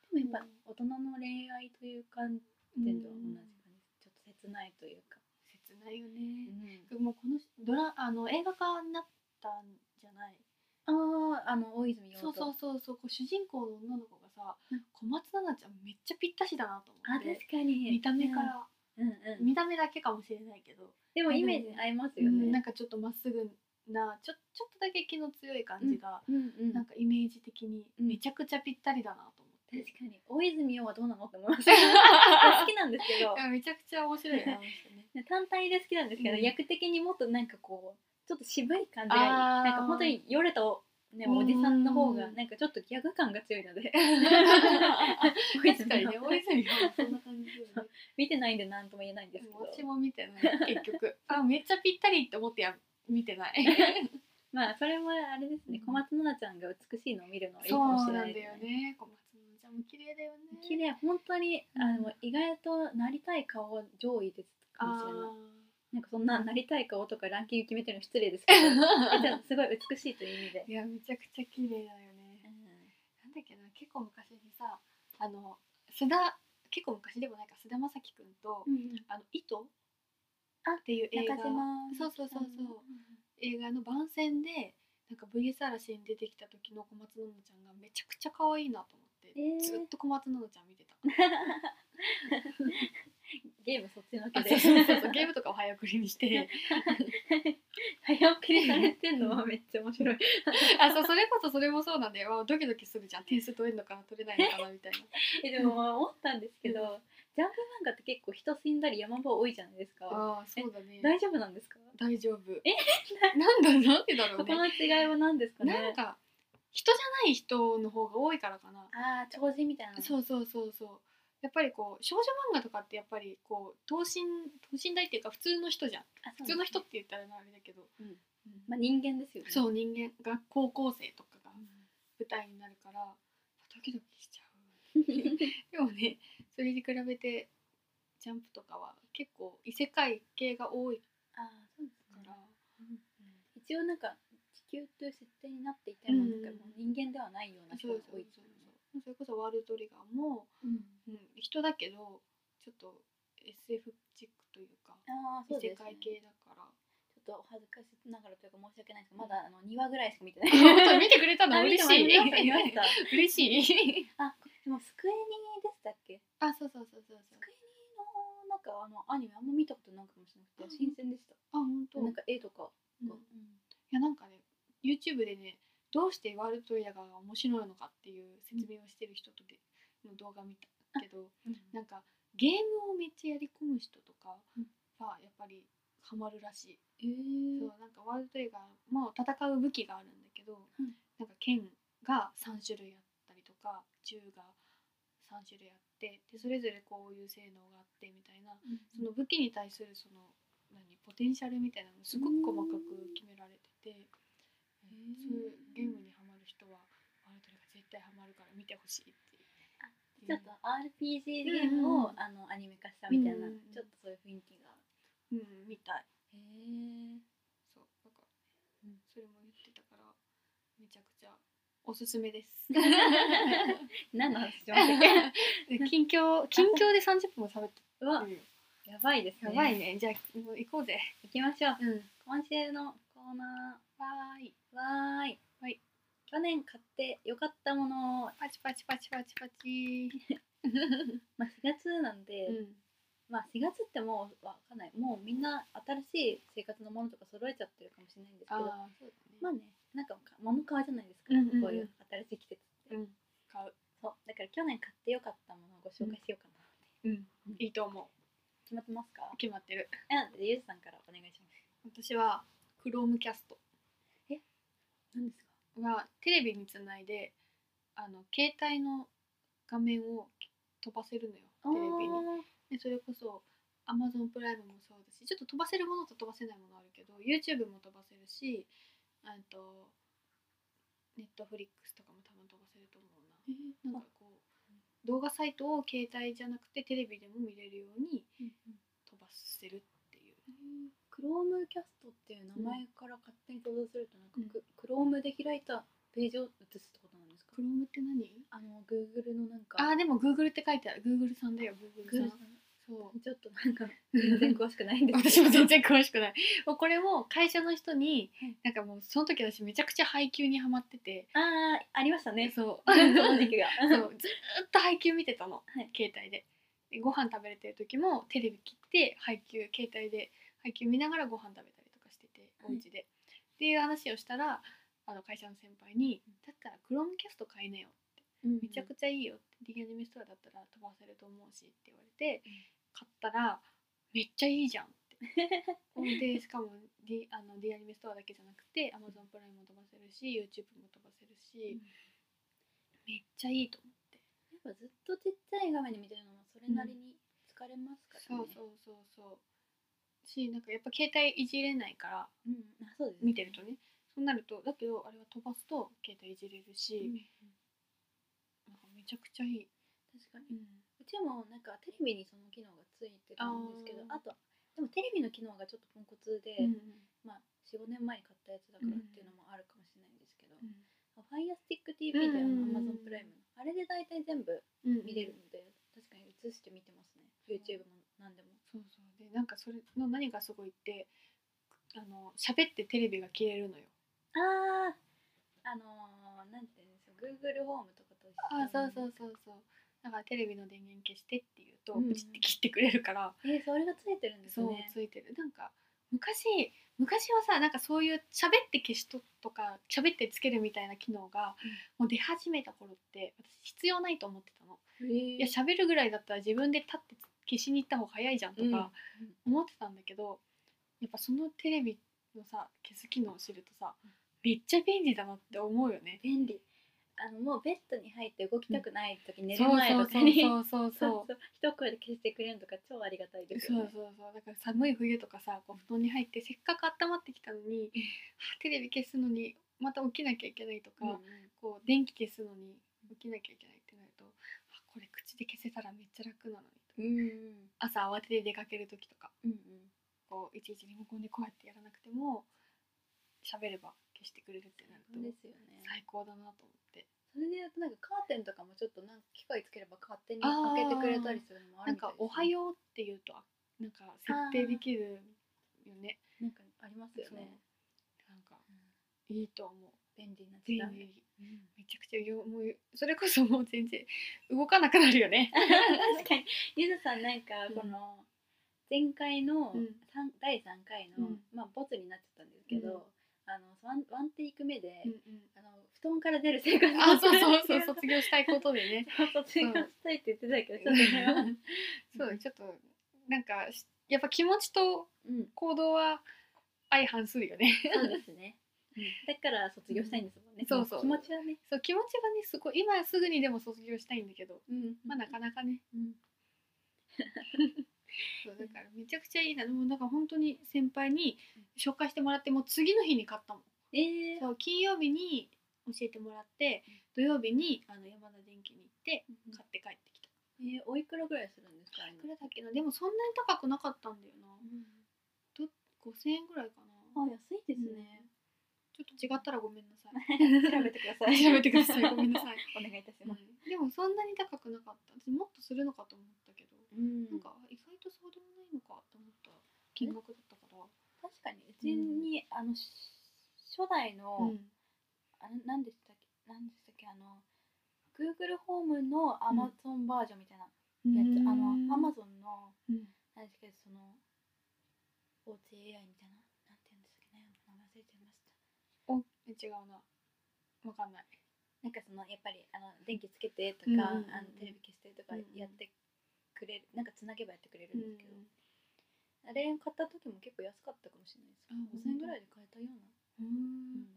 [SPEAKER 1] です、でもやっぱ大人の恋愛という観点とは同じ感じですちょっと切ないというか、
[SPEAKER 2] 切ないよね、もうこのしドラあの映画化になったんじゃない
[SPEAKER 1] あああの大泉洋
[SPEAKER 2] そう
[SPEAKER 1] と
[SPEAKER 2] そうそうそうこう主人公の女の子がさ、
[SPEAKER 1] うん
[SPEAKER 2] 小松菜奈ちゃんめっちゃぴったしだなと思
[SPEAKER 1] あ
[SPEAKER 2] っ
[SPEAKER 1] 確
[SPEAKER 2] て
[SPEAKER 1] かに
[SPEAKER 2] 見た目か、ら、
[SPEAKER 1] うんうんうん
[SPEAKER 2] 見た目だけかもしれないけど、
[SPEAKER 1] でもイメージに合いますよ
[SPEAKER 2] うん
[SPEAKER 1] ね
[SPEAKER 2] なんかちょっとまっすぐなちょちょっとだけ気の強い感じが、
[SPEAKER 1] うんうん
[SPEAKER 2] なんかイメージ的にめちゃくちゃぴったりだなと思って、
[SPEAKER 1] 確かに大泉洋はどうなのって思いました好きなんですけど
[SPEAKER 2] *laughs* いやめちゃくちゃ面白いなあの人
[SPEAKER 1] *laughs*
[SPEAKER 2] ね
[SPEAKER 1] 単体で好きなんですけど、
[SPEAKER 2] うん
[SPEAKER 1] 役的にもっとなんかこうちょっと渋い感じがいい
[SPEAKER 2] あー
[SPEAKER 1] なんか本当によれたね、
[SPEAKER 2] うん
[SPEAKER 1] おじさんの方がなんかちょっとギャグ感が強いので *laughs*
[SPEAKER 2] 確かにね大泉洋はそんな感じですね
[SPEAKER 1] 見てないんで何とも言えないんですけど
[SPEAKER 2] 私も見てない結局あめっちゃぴったりって思ってや見てない
[SPEAKER 1] まあそれもあれですね
[SPEAKER 2] うん
[SPEAKER 1] 小松菜奈ちゃんが美しいのを見るのはいいか
[SPEAKER 2] そう
[SPEAKER 1] もしれ
[SPEAKER 2] な
[SPEAKER 1] ない
[SPEAKER 2] ん
[SPEAKER 1] で
[SPEAKER 2] だ
[SPEAKER 1] す
[SPEAKER 2] よ
[SPEAKER 1] ね
[SPEAKER 2] ね小松菜ちゃんも綺麗だよね
[SPEAKER 1] 綺麗本当に
[SPEAKER 2] うん
[SPEAKER 1] あの意外となりたい顔上位ですかもしれないなんかそんななりたい顔とかランキング決めてるの失礼ですけど
[SPEAKER 2] *laughs*
[SPEAKER 1] えでもすごい美しいという意味で
[SPEAKER 2] いやめちゃくちゃ綺麗だよね
[SPEAKER 1] う
[SPEAKER 2] なんだっけな結構昔にさあの須田結構昔でもないか須田まさきくんと、
[SPEAKER 1] ん、
[SPEAKER 2] あの糸
[SPEAKER 1] あ
[SPEAKER 2] っていう映画
[SPEAKER 1] 中島
[SPEAKER 2] そうそうそうそう映画の番宣でなんか VS 嵐に出てきた時の小松菜奈ちゃんがめちゃくちゃ可愛いなと思って、
[SPEAKER 1] えー
[SPEAKER 2] ずっと小松菜奈ちゃん見 *laughs* てた
[SPEAKER 1] ゲームそっちの
[SPEAKER 2] あ
[SPEAKER 1] け
[SPEAKER 2] そ
[SPEAKER 1] で
[SPEAKER 2] うそうそうそう *laughs* ゲームとかを早送りにして
[SPEAKER 1] *laughs* 早送りされてんのはめっちゃ面白い
[SPEAKER 2] *laughs* あそうそれこそそれもそうなんだよわドキドキするじゃん点数取れるのかな取れないのかなみた
[SPEAKER 1] *laughs*
[SPEAKER 2] いな
[SPEAKER 1] えでも思ったんですけど、
[SPEAKER 2] うん
[SPEAKER 1] ジャンプ漫画って結構人死んだり山場多いじゃないですか
[SPEAKER 2] ああそうだね
[SPEAKER 1] 大丈夫なんですか、
[SPEAKER 2] 大丈夫 *laughs* なんだなんでだろ
[SPEAKER 1] そうこ
[SPEAKER 2] ね
[SPEAKER 1] の違いは何ですかね
[SPEAKER 2] なんか人じゃない人の方が多いからかな、
[SPEAKER 1] ああ超人みたいな
[SPEAKER 2] そうそうそうそうやっぱりこう少女漫画とかってやっぱりこう等身等身大っていうか普通の人じゃん
[SPEAKER 1] あ
[SPEAKER 2] 普
[SPEAKER 1] そう
[SPEAKER 2] 通の人って言ったらあれだけど、
[SPEAKER 1] うん
[SPEAKER 2] うん
[SPEAKER 1] まあ人間ですよね
[SPEAKER 2] そう人間が高校生とかが
[SPEAKER 1] うん
[SPEAKER 2] 舞台になるからドキドキしちゃうでもね *laughs* それに比べてジャンプとかは結構異世界系が多い
[SPEAKER 1] ああそうですか
[SPEAKER 2] か、
[SPEAKER 1] ら一応なんか地球という設定になっていても、
[SPEAKER 2] うん
[SPEAKER 1] なんかもう人間ではないような人
[SPEAKER 2] そう
[SPEAKER 1] が
[SPEAKER 2] そうそ
[SPEAKER 1] 多
[SPEAKER 2] う
[SPEAKER 1] いです
[SPEAKER 2] そ
[SPEAKER 1] よね
[SPEAKER 2] うそれこそワールドトリガーも、うん、人だけどちょっと SF チックというか
[SPEAKER 1] ああそ
[SPEAKER 2] 異
[SPEAKER 1] う
[SPEAKER 2] 世
[SPEAKER 1] です、ね、
[SPEAKER 2] 界系だから
[SPEAKER 1] ちょっとお恥ずかしながらというか申し訳ないですけどまだあの2話ぐらいしか見てない
[SPEAKER 2] *laughs* 本当に見てくれたの
[SPEAKER 1] あ *laughs* 見て
[SPEAKER 2] 嬉し
[SPEAKER 1] ます見ました見ま
[SPEAKER 2] い
[SPEAKER 1] した *laughs*
[SPEAKER 2] *laughs* 嬉しい
[SPEAKER 1] でもスクエニでしたっけ
[SPEAKER 2] *laughs* あそうそうそうそうそ
[SPEAKER 1] ス
[SPEAKER 2] う
[SPEAKER 1] クエニのなんかあのアニメあんま見たことないかもしれなくて
[SPEAKER 2] うん
[SPEAKER 1] 新鮮でした、
[SPEAKER 2] あ本当、
[SPEAKER 1] なんか絵とかが、
[SPEAKER 2] うんいやなんかね YouTube でねどうしてワールドトリガーが面白いのかっていう説明をしてる人とでの動画見たけど
[SPEAKER 1] な
[SPEAKER 2] なん
[SPEAKER 1] か
[SPEAKER 2] んかゲームをめっちゃやり込む人とか
[SPEAKER 1] うん
[SPEAKER 2] はやっぱりハマるらしい、
[SPEAKER 1] えー、
[SPEAKER 2] そうなんかワールドトリガーも戦う武器があるんだけど、
[SPEAKER 1] うん
[SPEAKER 2] なんか剣が3種類あったりとか銃が3種類あってでそれぞれこういう性能があってみたいな
[SPEAKER 1] うん
[SPEAKER 2] その武器に対するその何ポテンシャルみたいなのすごく細かく決められてて、
[SPEAKER 1] うん
[SPEAKER 2] そういうゲームにハマる人はワールド対ハマるから見てほしいっていう
[SPEAKER 1] ちょっと RPG ゲームを、あのアニメ化したみたいな、
[SPEAKER 2] うん
[SPEAKER 1] ちょっとそういう雰囲気が
[SPEAKER 2] うん、うん、見たい
[SPEAKER 1] へえ
[SPEAKER 2] そうなんか、
[SPEAKER 1] うん
[SPEAKER 2] それも言ってたからめちゃくちゃおすすめ *laughs* です
[SPEAKER 1] 何の話しましたっけ
[SPEAKER 2] 近況近況で30分も喋って
[SPEAKER 1] う
[SPEAKER 2] た
[SPEAKER 1] わやばいです
[SPEAKER 2] や
[SPEAKER 1] ね
[SPEAKER 2] ばいねじゃあもう行こうぜ
[SPEAKER 1] 行きましょう
[SPEAKER 2] うん
[SPEAKER 1] 今週のコーナ
[SPEAKER 2] わーい
[SPEAKER 1] ーわーい
[SPEAKER 2] はい
[SPEAKER 1] 去年買って良かったもの
[SPEAKER 2] パチパチパチパチパチ
[SPEAKER 1] まあ4月なんで、
[SPEAKER 2] うん
[SPEAKER 1] まあ4月ってもうわかんないもうみんな新しい生活のものとか揃えちゃってるかもしれないんですけ
[SPEAKER 2] ああ
[SPEAKER 1] ど
[SPEAKER 2] そうだ
[SPEAKER 1] ま
[SPEAKER 2] ね
[SPEAKER 1] あねなんかか物買うじゃないですか、
[SPEAKER 2] うんうんうん
[SPEAKER 1] こういう新しい季節って、
[SPEAKER 2] うん買う
[SPEAKER 1] そうだから去年買って良かったものをご紹介しようかなって、
[SPEAKER 2] うんいいと思
[SPEAKER 1] 決まってますか
[SPEAKER 2] う決まってる
[SPEAKER 1] えなんでゆうじさんからお願いします
[SPEAKER 2] 私はクロームキャスト
[SPEAKER 1] 何ですか
[SPEAKER 2] がテレビにつないであの携帯の画面を飛ばせるのよテレビにでそれこそ Amazon プライムもそうだしちょっと飛ばせるものと飛ばせないものあるけど YouTube も飛ばせるしあと Netflix とかも多分飛ばせると思うな
[SPEAKER 1] テレビ
[SPEAKER 2] なんかこう動画サイトを携帯じゃなくてテレビでも見れるように飛ばせるっていう
[SPEAKER 1] クロームキャストっていう名前から勝手に想像するとなんか
[SPEAKER 2] うん
[SPEAKER 1] ク,、ロームで開いたページを映すってことなんですか
[SPEAKER 2] Chrome って何
[SPEAKER 1] あの Google のなんか
[SPEAKER 2] あーでも Google って書いてある Google さんだよ Google さ
[SPEAKER 1] Google
[SPEAKER 2] ん
[SPEAKER 1] さん
[SPEAKER 2] そう
[SPEAKER 1] ちょっとなん *laughs* か全然詳しくないんですけど
[SPEAKER 2] *laughs* 私も全然詳しくないもうこれを会社の人に
[SPEAKER 1] はい
[SPEAKER 2] なんかもうその時私めちゃくちゃ配給にはまってて
[SPEAKER 1] *laughs* ああありましたね
[SPEAKER 2] そう
[SPEAKER 1] そ
[SPEAKER 2] そ
[SPEAKER 1] の時 *laughs*
[SPEAKER 2] う
[SPEAKER 1] 期が
[SPEAKER 2] ずーっと配給見てたの、
[SPEAKER 1] はい
[SPEAKER 2] 携帯ででご飯食べれてる時もテレビ切って配給携帯で配給見ながらご飯食べたりとかしてて
[SPEAKER 1] は
[SPEAKER 2] お
[SPEAKER 1] い
[SPEAKER 2] 家で、っていう話をしたらあの会社の先輩に「だったらクロームキャスト買いなよ」め
[SPEAKER 1] め
[SPEAKER 2] ちゃくちゃいいよって、リアニメストアだったら飛ばせると思うしって言われて、買ったらめっちゃいいじゃんって
[SPEAKER 1] *laughs*
[SPEAKER 2] でしかも D あの D アニメストアだけじゃなくて Amazon プライムも飛ばせるし YouTube も飛ばせるし、めっちゃいいと思って
[SPEAKER 1] やっぱずっとちっちゃい画面で見てるのもそれなりに疲れますから
[SPEAKER 2] そう
[SPEAKER 1] ね、
[SPEAKER 2] そうそうそうしなんかやっぱ携帯いじれないから
[SPEAKER 1] うんあそうですね
[SPEAKER 2] 見てるとねそうなるとだけどあれは飛ばすと携帯いじれるし、
[SPEAKER 1] うん
[SPEAKER 2] なんかめちゃくちゃいい、
[SPEAKER 1] 確かにうちもなんかテレビにその機能がついてるんですけど
[SPEAKER 2] あー
[SPEAKER 1] あとでもテレビの機能がちょっとポンコツで、
[SPEAKER 2] うん
[SPEAKER 1] まあ45年前に買ったやつだからっていうのもあるかもしれないんですけど、ファイアスティック TV であ
[SPEAKER 2] うん
[SPEAKER 1] の
[SPEAKER 2] うんうん
[SPEAKER 1] Amazon プライムのあれで大体全部
[SPEAKER 2] うん
[SPEAKER 1] 見れるので、確かに映して見てますね YouTube も何でも
[SPEAKER 2] そうそうでなんかそれの何がすごいってあの喋ってテレビが消えるのよ
[SPEAKER 1] あああのー、なんていうんですか Google ホームとかと一緒に
[SPEAKER 2] うそうそうだからテレビの電源消してって言うと
[SPEAKER 1] うん
[SPEAKER 2] プチって切ってくれるから、
[SPEAKER 1] えー、それがついてるんです
[SPEAKER 2] そう
[SPEAKER 1] ね
[SPEAKER 2] ついてるなんか昔昔はさなんかそういう喋って消しととか喋ってつけるみたいな機能が
[SPEAKER 1] うん
[SPEAKER 2] もう出始めた頃って私必要ないと思ってたの、
[SPEAKER 1] えー
[SPEAKER 2] いや喋るぐらいだったら自分で立って消しに行った方が早いじゃんとか、
[SPEAKER 1] うんうん
[SPEAKER 2] 思ってたんだけどやっぱそのテレビのさ消す機能を知るとさめっちゃ便利だなって思うよね。
[SPEAKER 1] 便利あのもうベッドに入って動きたくない時、寝
[SPEAKER 2] そ
[SPEAKER 1] る
[SPEAKER 2] う
[SPEAKER 1] 前とかに
[SPEAKER 2] そうそうそうそう
[SPEAKER 1] そうそう一声で消してくれるのとか超ありがたいです
[SPEAKER 2] そ
[SPEAKER 1] よ
[SPEAKER 2] う
[SPEAKER 1] ね
[SPEAKER 2] そうそうだから寒い冬とかさこう布団に入ってせっかく温まってきたのにはあテレビ消すのにまた起きなきゃいけないと
[SPEAKER 1] う
[SPEAKER 2] か、
[SPEAKER 1] んうん
[SPEAKER 2] こう電気消すのに起きなきゃいけないってなるとあこれ口で消せたらめっちゃ楽なのにと
[SPEAKER 1] う
[SPEAKER 2] か
[SPEAKER 1] ん
[SPEAKER 2] 朝慌てて出かける時とか
[SPEAKER 1] うんうん
[SPEAKER 2] こういちいちリモコンでこうやってやらなくても喋れば消してくれるってなる
[SPEAKER 1] そう
[SPEAKER 2] と
[SPEAKER 1] ですよね
[SPEAKER 2] 最高だなと思って
[SPEAKER 1] それで言うとなんかカーテンとかもちょっとなんか機械つければ勝手に
[SPEAKER 2] あ
[SPEAKER 1] 開
[SPEAKER 2] ー
[SPEAKER 1] けてくれたりするのもある
[SPEAKER 2] なん
[SPEAKER 1] みたい
[SPEAKER 2] か
[SPEAKER 1] ですね、
[SPEAKER 2] 「おはよう」って言うとあなんか設定できるよね
[SPEAKER 1] なんかありますよね
[SPEAKER 2] そうなんか
[SPEAKER 1] うん
[SPEAKER 2] いいと思う
[SPEAKER 1] 便利な時
[SPEAKER 2] 便
[SPEAKER 1] 代
[SPEAKER 2] 利
[SPEAKER 1] うん
[SPEAKER 2] めちゃくちゃよもうそれこそもう全然動かなくなる
[SPEAKER 1] *laughs*
[SPEAKER 2] よね
[SPEAKER 1] 確かにゆずさんなんか
[SPEAKER 2] うん
[SPEAKER 1] この前回の、
[SPEAKER 2] うん
[SPEAKER 1] 三第3回の、
[SPEAKER 2] うん
[SPEAKER 1] まあボツになっちゃったんですけど、あのワンワンテイク目で、
[SPEAKER 2] うんうん
[SPEAKER 1] あの布団から出る生活を
[SPEAKER 2] *laughs* あそうそ
[SPEAKER 1] *laughs*
[SPEAKER 2] うそう
[SPEAKER 1] そう
[SPEAKER 2] 卒業したいことでね
[SPEAKER 1] 卒業したいって言ってたけどちょっとね、
[SPEAKER 2] そうちょっとなんかしやっぱ気持ちと
[SPEAKER 1] *laughs* うん、
[SPEAKER 2] 行動は相反するよね *laughs*
[SPEAKER 1] そうですね
[SPEAKER 2] うん
[SPEAKER 1] だから卒業したいんですもんね、
[SPEAKER 2] そうそう
[SPEAKER 1] 気持ちはね、
[SPEAKER 2] そう気持ちがねすごい今すぐにでも卒業したいんだけど
[SPEAKER 1] うん
[SPEAKER 2] まあなかなかね
[SPEAKER 1] うん、
[SPEAKER 2] *laughs* そうだからめちゃくちゃいいなでもなんか本当に先輩に紹介してもらってもう次の日に買ったもん
[SPEAKER 1] えー、
[SPEAKER 2] そう金曜日に教えてもらって、土曜日にあの山田電機に行って
[SPEAKER 1] うん
[SPEAKER 2] 買って帰ってきた。
[SPEAKER 1] えー、おいくらぐらいするんですか
[SPEAKER 2] いくらだっけなでもそんなに高くなかったんだよな
[SPEAKER 1] う
[SPEAKER 2] 5,000円ぐらいかな、
[SPEAKER 1] ん、あ安いです
[SPEAKER 2] うん
[SPEAKER 1] ね、
[SPEAKER 2] ちょっと違ったらごめんなさい
[SPEAKER 1] *laughs* 調べてください
[SPEAKER 2] 調べてく
[SPEAKER 1] *laughs*
[SPEAKER 2] ださいごめんなさい、
[SPEAKER 1] お願いいたし
[SPEAKER 2] う
[SPEAKER 1] ます、
[SPEAKER 2] んでもそんなに高くなかった私もっとするのかと思ったけど、
[SPEAKER 1] うん
[SPEAKER 2] なんか意外とそうでもないのかと思った金額だったから、
[SPEAKER 1] 確かにうちに、あのし初代の、
[SPEAKER 2] うん
[SPEAKER 1] あれなんでしたっけなんでしたっけあの Google ホームの Amazon バージョンみたいなやつ、あの Amazon の
[SPEAKER 2] うん
[SPEAKER 1] 何ですけどそのおうち AI みたいななんて言うんですかね名前忘れちゃいました
[SPEAKER 2] お違うなわかんない
[SPEAKER 1] なんかそのやっぱりあの電気つけてとか、
[SPEAKER 2] うんうんうん
[SPEAKER 1] あのテレビ消してとか
[SPEAKER 2] うんうん
[SPEAKER 1] やってくれる、なんかつなげばやってくれるんですけど、あれ買った時も結構安かったかもしれないですけ
[SPEAKER 2] あ
[SPEAKER 1] ど5000円ぐらいで買えたような、
[SPEAKER 2] う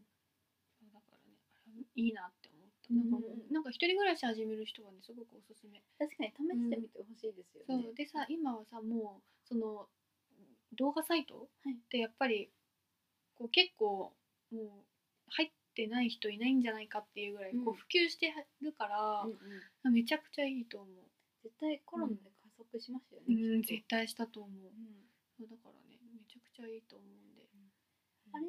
[SPEAKER 1] うん
[SPEAKER 2] んそうだからねあれいいなって思った、なんかも
[SPEAKER 1] うん
[SPEAKER 2] うなんか一人暮らし始める人はねすごくおすすめ
[SPEAKER 1] 確かに試してみてほしいですよね、
[SPEAKER 2] そうでさ今はさもうその動画サイト
[SPEAKER 1] はい
[SPEAKER 2] ってやっぱりこう結構もう入ってない人いないんじゃないかっていうぐらい
[SPEAKER 1] うん
[SPEAKER 2] こう普及してるから
[SPEAKER 1] うん、うん
[SPEAKER 2] めちゃくちゃいいと思
[SPEAKER 1] 絶対コロナで加速しましたよ
[SPEAKER 2] う、
[SPEAKER 1] ね、きっと
[SPEAKER 2] 絶対したと思う
[SPEAKER 1] うん
[SPEAKER 2] そうだからねめちゃくちゃいいと思うんで、
[SPEAKER 1] あれ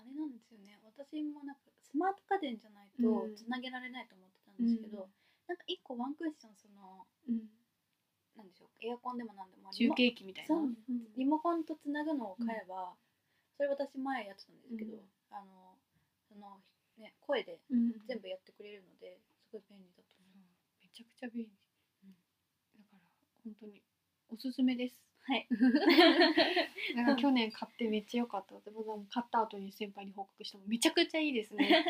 [SPEAKER 1] あれなんですよね私もなんかスマート家電じゃないと
[SPEAKER 2] うん
[SPEAKER 1] つなげられないと思ってたんですけど、
[SPEAKER 2] うん
[SPEAKER 1] なんか一個ワンクッションその
[SPEAKER 2] うん、
[SPEAKER 1] なんでしょうエアコンでもなんでもリ
[SPEAKER 2] 中
[SPEAKER 1] モ
[SPEAKER 2] 継機みたいな
[SPEAKER 1] そう
[SPEAKER 2] うん
[SPEAKER 1] リモコンとつなぐのを買えば、それ私前やってたんですけど、
[SPEAKER 2] うん
[SPEAKER 1] あのその、ね、声で
[SPEAKER 2] うん
[SPEAKER 1] 全部やってくれるのですごい便利だと思う、
[SPEAKER 2] めちゃくちゃ便利、
[SPEAKER 1] うん
[SPEAKER 2] だから本当におすすめです *laughs*
[SPEAKER 1] はい
[SPEAKER 2] だから去年買ってめっちゃ良かったでも買った後に先輩に報告してもめちゃくちゃいいで
[SPEAKER 1] *laughs*
[SPEAKER 2] すね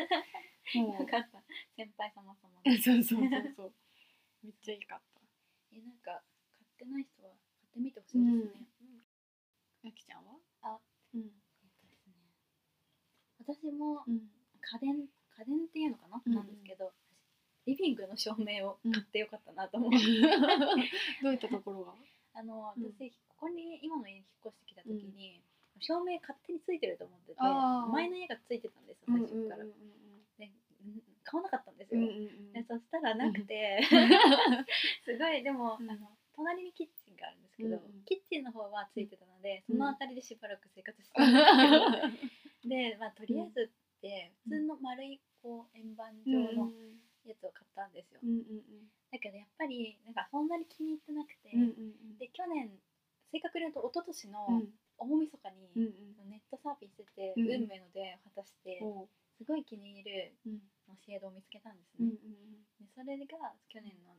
[SPEAKER 2] も
[SPEAKER 1] な
[SPEAKER 2] うん
[SPEAKER 1] か先輩様様で
[SPEAKER 2] そうそうそうそうめっちゃいいかった
[SPEAKER 1] えなんか買ってない人は買ってみてほしいですね、
[SPEAKER 2] あきちゃんは
[SPEAKER 1] あ
[SPEAKER 2] うん
[SPEAKER 1] えっとですね私も
[SPEAKER 2] うん
[SPEAKER 1] 家電家電っていうのかな、
[SPEAKER 2] うんうん
[SPEAKER 1] なんですけどリビングの照明を買ってよかったなと思う、
[SPEAKER 2] *laughs* どういったところが
[SPEAKER 1] あの
[SPEAKER 2] うん
[SPEAKER 1] 私ここに今の家に引っ越してきた時に、照明勝手についてると思ってて
[SPEAKER 2] あー
[SPEAKER 1] 前の家がついてたんですよ最初から、
[SPEAKER 2] うん
[SPEAKER 1] でうん買わなかったんです
[SPEAKER 2] うんう
[SPEAKER 1] よ、
[SPEAKER 2] んうん
[SPEAKER 1] でそしたらなくて、 *laughs* すごいでも、
[SPEAKER 2] うん
[SPEAKER 1] あの隣にキッチンがあるんですけど、
[SPEAKER 2] うんうん
[SPEAKER 1] キッチンの方はついてたので、
[SPEAKER 2] うん
[SPEAKER 1] その辺りでしばらく生活してたんですけどで、まあ、とりあえずって普通の丸いこう円盤状のやつを買ったんですよ、
[SPEAKER 2] うんうん
[SPEAKER 1] だけどやっぱりなんかそんなに気に入ってなくて、
[SPEAKER 2] うんうんうん
[SPEAKER 1] で去年正確に言うと一昨年
[SPEAKER 2] う
[SPEAKER 1] の
[SPEAKER 2] ん
[SPEAKER 1] 大晦日
[SPEAKER 2] うんう
[SPEAKER 1] に、
[SPEAKER 2] ん
[SPEAKER 1] ネットサーフィンしてて、
[SPEAKER 2] うん
[SPEAKER 1] 運命の出会いを果たして、
[SPEAKER 2] おう
[SPEAKER 1] すごい気に入る
[SPEAKER 2] うん
[SPEAKER 1] シェードを見つけたんです
[SPEAKER 2] うん
[SPEAKER 1] ね、
[SPEAKER 2] うん
[SPEAKER 1] でそれが去年の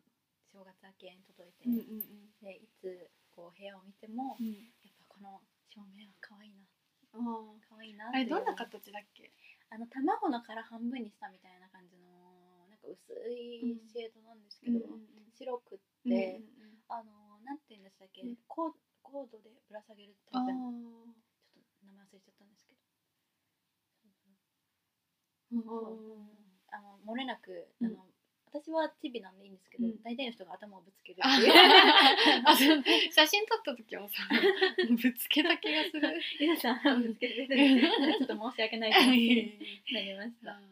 [SPEAKER 1] 正月明けに届いて、
[SPEAKER 2] うんうんうん
[SPEAKER 1] でいつこう部屋を見ても、
[SPEAKER 2] うん
[SPEAKER 1] やっぱこの照明は可愛いな
[SPEAKER 2] あー
[SPEAKER 1] 可愛いなっ
[SPEAKER 2] あ
[SPEAKER 1] てい
[SPEAKER 2] れ
[SPEAKER 1] う
[SPEAKER 2] どんな形だっけ
[SPEAKER 1] あの卵の殻半分にしたみたいな感じのなんか薄いシェードなんですけど、白くって、あのなんて言うんでしたっけ、
[SPEAKER 2] うん
[SPEAKER 1] コーコードでぶら下げるタ
[SPEAKER 2] あ
[SPEAKER 1] イ
[SPEAKER 2] あ
[SPEAKER 1] プのちょっと名前忘れちゃったんですけど、あの漏れなく、
[SPEAKER 2] うん
[SPEAKER 1] あの私はチビなんでいいんですけど、
[SPEAKER 2] うん
[SPEAKER 1] 大体の人が頭をぶつけるっ
[SPEAKER 2] あ
[SPEAKER 1] て *laughs* いう。
[SPEAKER 2] そう写真撮った時
[SPEAKER 1] *laughs*
[SPEAKER 2] はさぶつけた気がする
[SPEAKER 1] 皆さんぶつけてくれてちょっと申し訳ない気持ちになりまし
[SPEAKER 2] あ
[SPEAKER 1] た。
[SPEAKER 2] あん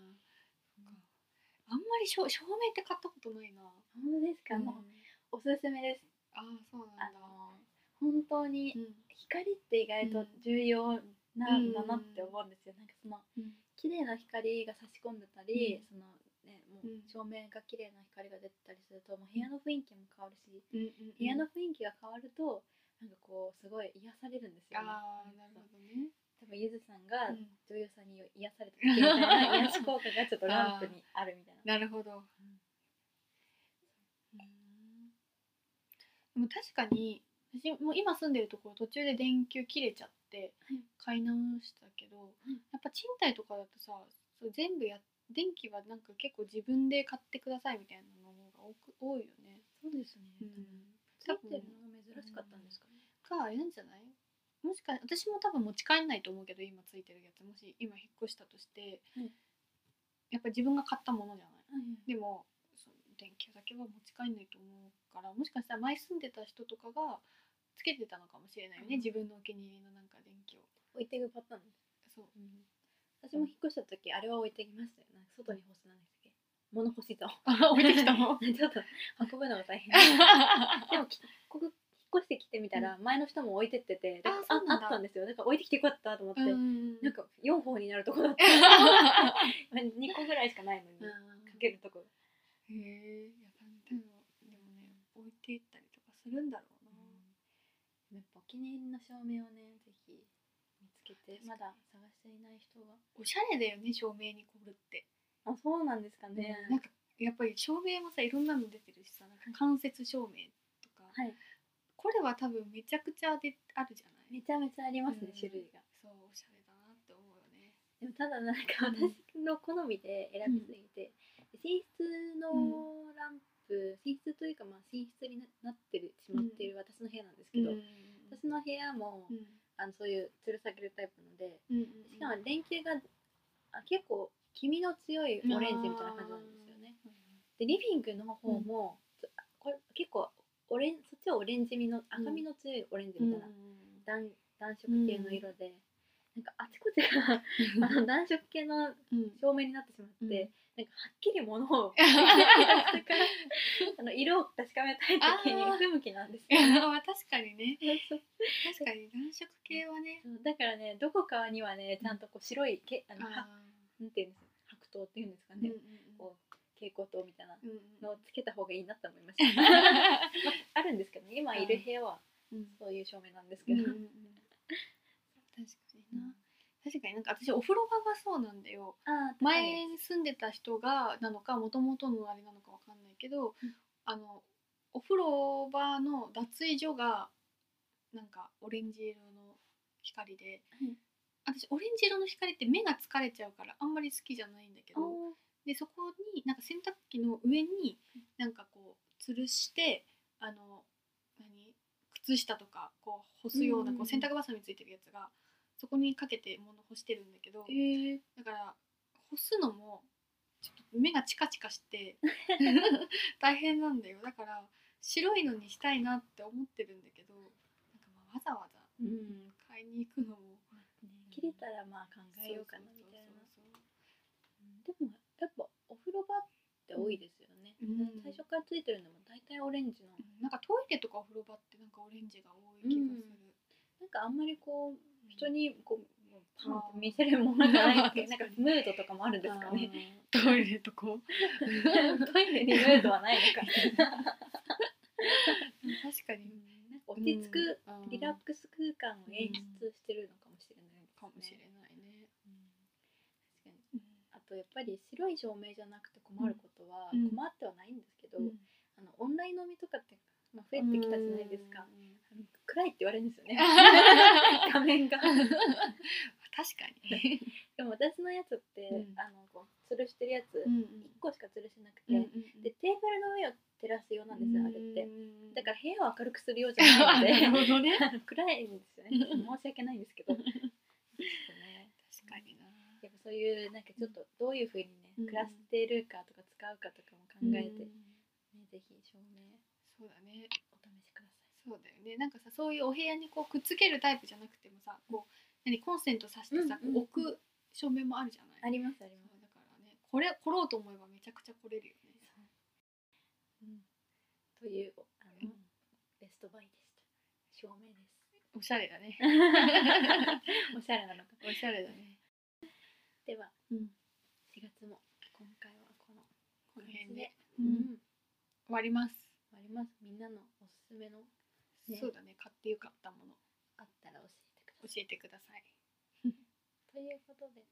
[SPEAKER 2] まり照照明って買ったことないな
[SPEAKER 1] 本当ですか、もうおすすめです。
[SPEAKER 2] ああそう
[SPEAKER 1] あ
[SPEAKER 2] なんだ
[SPEAKER 1] の本当に光って意外と重要なんだなって思うんですよ。なんかその綺麗な光が差し込んでたり、そのねもううん照明が綺麗な光が出てたりするともう部屋の雰囲気も変わるし、部屋の雰囲気が変わるとなんかこうすごい癒されるんですよ、ね。
[SPEAKER 2] ああなるほどね
[SPEAKER 1] 多分ゆずさんが女優さんに癒された時みたいな癒し効果がちょっとランプにあるみたいな。
[SPEAKER 2] なるほど。でも確かに私もう今住んでるところ途中で電球切れちゃって
[SPEAKER 1] はい
[SPEAKER 2] 買い直したけど、
[SPEAKER 1] い
[SPEAKER 2] やっぱ賃貸とかだとさそう全部や電気はなんか結構自分で買ってくださいみたいなのが多く多いよね。
[SPEAKER 1] そうですね。つ
[SPEAKER 2] 多
[SPEAKER 1] い
[SPEAKER 2] 分
[SPEAKER 1] てるのが珍しかったんですかね。
[SPEAKER 2] かあれなんじゃないもしか私も多分持ち帰んないと思うけど今ついてるやつもし今引っ越したとして、
[SPEAKER 1] はい
[SPEAKER 2] やっぱ自分が買ったものじゃない
[SPEAKER 1] はい
[SPEAKER 2] でもその電球だけは持ち帰んないと思うからもしかしたら前住んでた人とかがつけてたのかもしれないよね、
[SPEAKER 1] うん
[SPEAKER 2] 自分のお気に入りのなんか電気を *laughs*
[SPEAKER 1] 置いてるパターン。
[SPEAKER 2] そう、
[SPEAKER 1] 私も引っ越した時あれは置いてきましたよなんか外に干すなんだっけ物干 *laughs* しと
[SPEAKER 2] 置いてきたの
[SPEAKER 1] *laughs* ちょっと運ぶのが大変 *laughs* でもきここ引っ越してきてみたら前の人も置いてってて、
[SPEAKER 2] あ
[SPEAKER 1] だから
[SPEAKER 2] そうなん
[SPEAKER 1] あ
[SPEAKER 2] だ
[SPEAKER 1] あったんですよだから置いてきてよかったと思って、
[SPEAKER 2] うん
[SPEAKER 1] なんか4本になるとこ *laughs* だった2個ぐらいしかないのに、
[SPEAKER 2] うん
[SPEAKER 1] かけるとこ
[SPEAKER 2] へえいやでもでもね置いていったりとかするんだろう
[SPEAKER 1] や
[SPEAKER 2] な、
[SPEAKER 1] っぱお気に入りの照明をねぜひ見つけて
[SPEAKER 2] 確かに
[SPEAKER 1] まだ探していない人が
[SPEAKER 2] おしゃれだよね照明に凝るって、
[SPEAKER 1] あそうなんですかね、
[SPEAKER 2] なんかやっぱり照明もさいろんなの出てるしさなんか間接照明とか、
[SPEAKER 1] はい
[SPEAKER 2] これは多分めちゃくちゃであるじゃな
[SPEAKER 1] め
[SPEAKER 2] い
[SPEAKER 1] ちゃめちゃありますね、
[SPEAKER 2] うん
[SPEAKER 1] 種類が
[SPEAKER 2] そうおしゃれだなって思うよね
[SPEAKER 1] でもただなんか
[SPEAKER 2] うん
[SPEAKER 1] 私の好みで選びすぎて、寝室のランプ寝室というかまあ寝室にななってるしまっている私の部屋なんですけど、私の部屋も、
[SPEAKER 2] うん
[SPEAKER 1] あのそういう吊るさげるタイプので
[SPEAKER 2] うん
[SPEAKER 1] しかも電球があ結構黄身の強いオレンジみたいな感じなんですよねでリビングの方も、つあこれ結構オレンそっちはオレンジ味の赤みの強いオレンジみたいな、暖暖色系の色で、なんかあちこちがあの暖色系の
[SPEAKER 2] うん
[SPEAKER 1] 照明になってしまって、
[SPEAKER 2] うん
[SPEAKER 1] なんかはっきりもの
[SPEAKER 2] *laughs*
[SPEAKER 1] を *laughs* あの色を確かめたい時に
[SPEAKER 2] あー
[SPEAKER 1] 不向きなんですよ。
[SPEAKER 2] まあ確かにね
[SPEAKER 1] そう
[SPEAKER 2] 確かに暖色系はね
[SPEAKER 1] そうだからねどこかにはねちゃんとこう白いけあのは
[SPEAKER 2] あ
[SPEAKER 1] なんていうんですか白桃っていうんですか
[SPEAKER 2] ーうん
[SPEAKER 1] ね、こう蛍光灯みたいな
[SPEAKER 2] うんうん
[SPEAKER 1] のをつけた方がいいなと思いました。 *laughs* あるんですけどね今いる部屋は
[SPEAKER 2] うんうん
[SPEAKER 1] そういう照明なんです
[SPEAKER 2] う
[SPEAKER 1] け
[SPEAKER 2] ん
[SPEAKER 1] ど、
[SPEAKER 2] うんうん確かにな確かになんか私お風呂場がそうなんだよ
[SPEAKER 1] あー
[SPEAKER 2] 前に住んでた人がなのかもともとのあれなのかわかんないけど、
[SPEAKER 1] うん
[SPEAKER 2] あのお風呂場の脱衣所がなんかオレンジ色の光で、
[SPEAKER 1] うん
[SPEAKER 2] 私オレンジ色の光って目が疲れちゃうからあんまり好きじゃないんだけど
[SPEAKER 1] 高いおー
[SPEAKER 2] でそこになんか洗濯機の上になんかこう吊るしてあの何靴下とかこう干すよう
[SPEAKER 1] う
[SPEAKER 2] な
[SPEAKER 1] んうん
[SPEAKER 2] こ
[SPEAKER 1] う
[SPEAKER 2] うん洗濯バサミついてるやつがそこにかけて物干してるんだけど。
[SPEAKER 1] え
[SPEAKER 2] だから干すのもちょっと目がチカチカして
[SPEAKER 1] *laughs*
[SPEAKER 2] 大変なんだよだから白いのにしたいなって思ってるんだけどなんかまあわざわざ
[SPEAKER 1] うん
[SPEAKER 2] 買いに行くのも
[SPEAKER 1] 切れたらまあ考えようかなみたいなうんでもやっぱお風呂場って多いですよね、
[SPEAKER 2] うん
[SPEAKER 1] 最初からついてるのも大体オレンジの
[SPEAKER 2] うんなんかトイレとかお風呂場ってなんかオレンジが多い気がする、
[SPEAKER 1] なんかあんまりこう人
[SPEAKER 2] に
[SPEAKER 1] にこうもうパンっ
[SPEAKER 2] あー
[SPEAKER 1] て見せるものじゃないっていう *laughs* なん
[SPEAKER 2] 確
[SPEAKER 1] か
[SPEAKER 2] かに
[SPEAKER 1] ムードとかもあるんですかね
[SPEAKER 2] トイレとか
[SPEAKER 1] トイレにムードはないのか
[SPEAKER 2] 確か
[SPEAKER 1] う
[SPEAKER 2] に
[SPEAKER 1] んなんか *laughs* 落ち着く、
[SPEAKER 2] うん
[SPEAKER 1] リラックス空間を演出してるのかもしれないですね、
[SPEAKER 2] かもしれないね、
[SPEAKER 1] うん確かにあとやっぱり白い照明じゃなくて困ることは、
[SPEAKER 2] うん
[SPEAKER 1] 困ってはないんですけど、
[SPEAKER 2] うん
[SPEAKER 1] あのオンライン飲みとかって、まあ、増えてきたじゃないですか、
[SPEAKER 2] うん
[SPEAKER 1] あの暗いって言われるんですよ *laughs* ね画面 *laughs* が
[SPEAKER 2] 確かに、
[SPEAKER 1] でも私のやつって、
[SPEAKER 2] うん
[SPEAKER 1] あのこう吊るしてるやつ、
[SPEAKER 2] ん
[SPEAKER 1] 一1個しか吊るしてなくて、
[SPEAKER 2] うんうん
[SPEAKER 1] でテーブルの上を照らすようなんですよあれって
[SPEAKER 2] うん
[SPEAKER 1] だから部屋を明るくするようじゃないので
[SPEAKER 2] なるほど *laughs* ね
[SPEAKER 1] あの暗いんですよね申し訳ないんですけ
[SPEAKER 2] *laughs*
[SPEAKER 1] どちょっとね
[SPEAKER 2] 確かにな
[SPEAKER 1] やっぱそういうなんかちょっとどういうふうにね、
[SPEAKER 2] うん
[SPEAKER 1] 暮らしてるかとか使うかとかも考えて、
[SPEAKER 2] うん
[SPEAKER 1] ね、ぜひ照明
[SPEAKER 2] そうだね
[SPEAKER 1] お試しくださ
[SPEAKER 2] そうだよねなんかさそういうお部屋にこうくっつけるタイプじゃなくてもさこう何コンセントさしてさ、
[SPEAKER 1] うんうん
[SPEAKER 2] こう置く照明もあるじゃない
[SPEAKER 1] いありますありま
[SPEAKER 2] そうだからねこれ来ろうと思えばめちゃくちゃ来れるよね
[SPEAKER 1] す、うん、というあの、
[SPEAKER 2] うん
[SPEAKER 1] ベストバイでした照明です
[SPEAKER 2] おしゃれだね
[SPEAKER 1] おしゃれなのか
[SPEAKER 2] おしゃれだね
[SPEAKER 1] では
[SPEAKER 2] うん
[SPEAKER 1] 4月も今回はこの
[SPEAKER 2] この
[SPEAKER 1] 感じ
[SPEAKER 2] 辺
[SPEAKER 1] で
[SPEAKER 2] で、うん終
[SPEAKER 1] うん
[SPEAKER 2] わります、
[SPEAKER 1] 終わりますみんなのおすすめのね
[SPEAKER 2] そうだね買ってよかったもの
[SPEAKER 1] あったら教えてくだ
[SPEAKER 2] 教
[SPEAKER 1] さい
[SPEAKER 2] えてください
[SPEAKER 1] ということで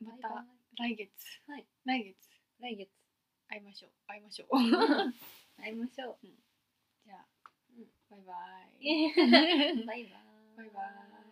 [SPEAKER 2] ま
[SPEAKER 1] バイバ
[SPEAKER 2] た来月、
[SPEAKER 1] はい
[SPEAKER 2] 来月
[SPEAKER 1] イ来月
[SPEAKER 2] 会いましょう会いましょう *laughs*
[SPEAKER 1] 会いましょう
[SPEAKER 2] じゃあ、
[SPEAKER 1] うん *laughs*
[SPEAKER 2] バイバイ。
[SPEAKER 1] バイバーイ
[SPEAKER 2] バイバーイ。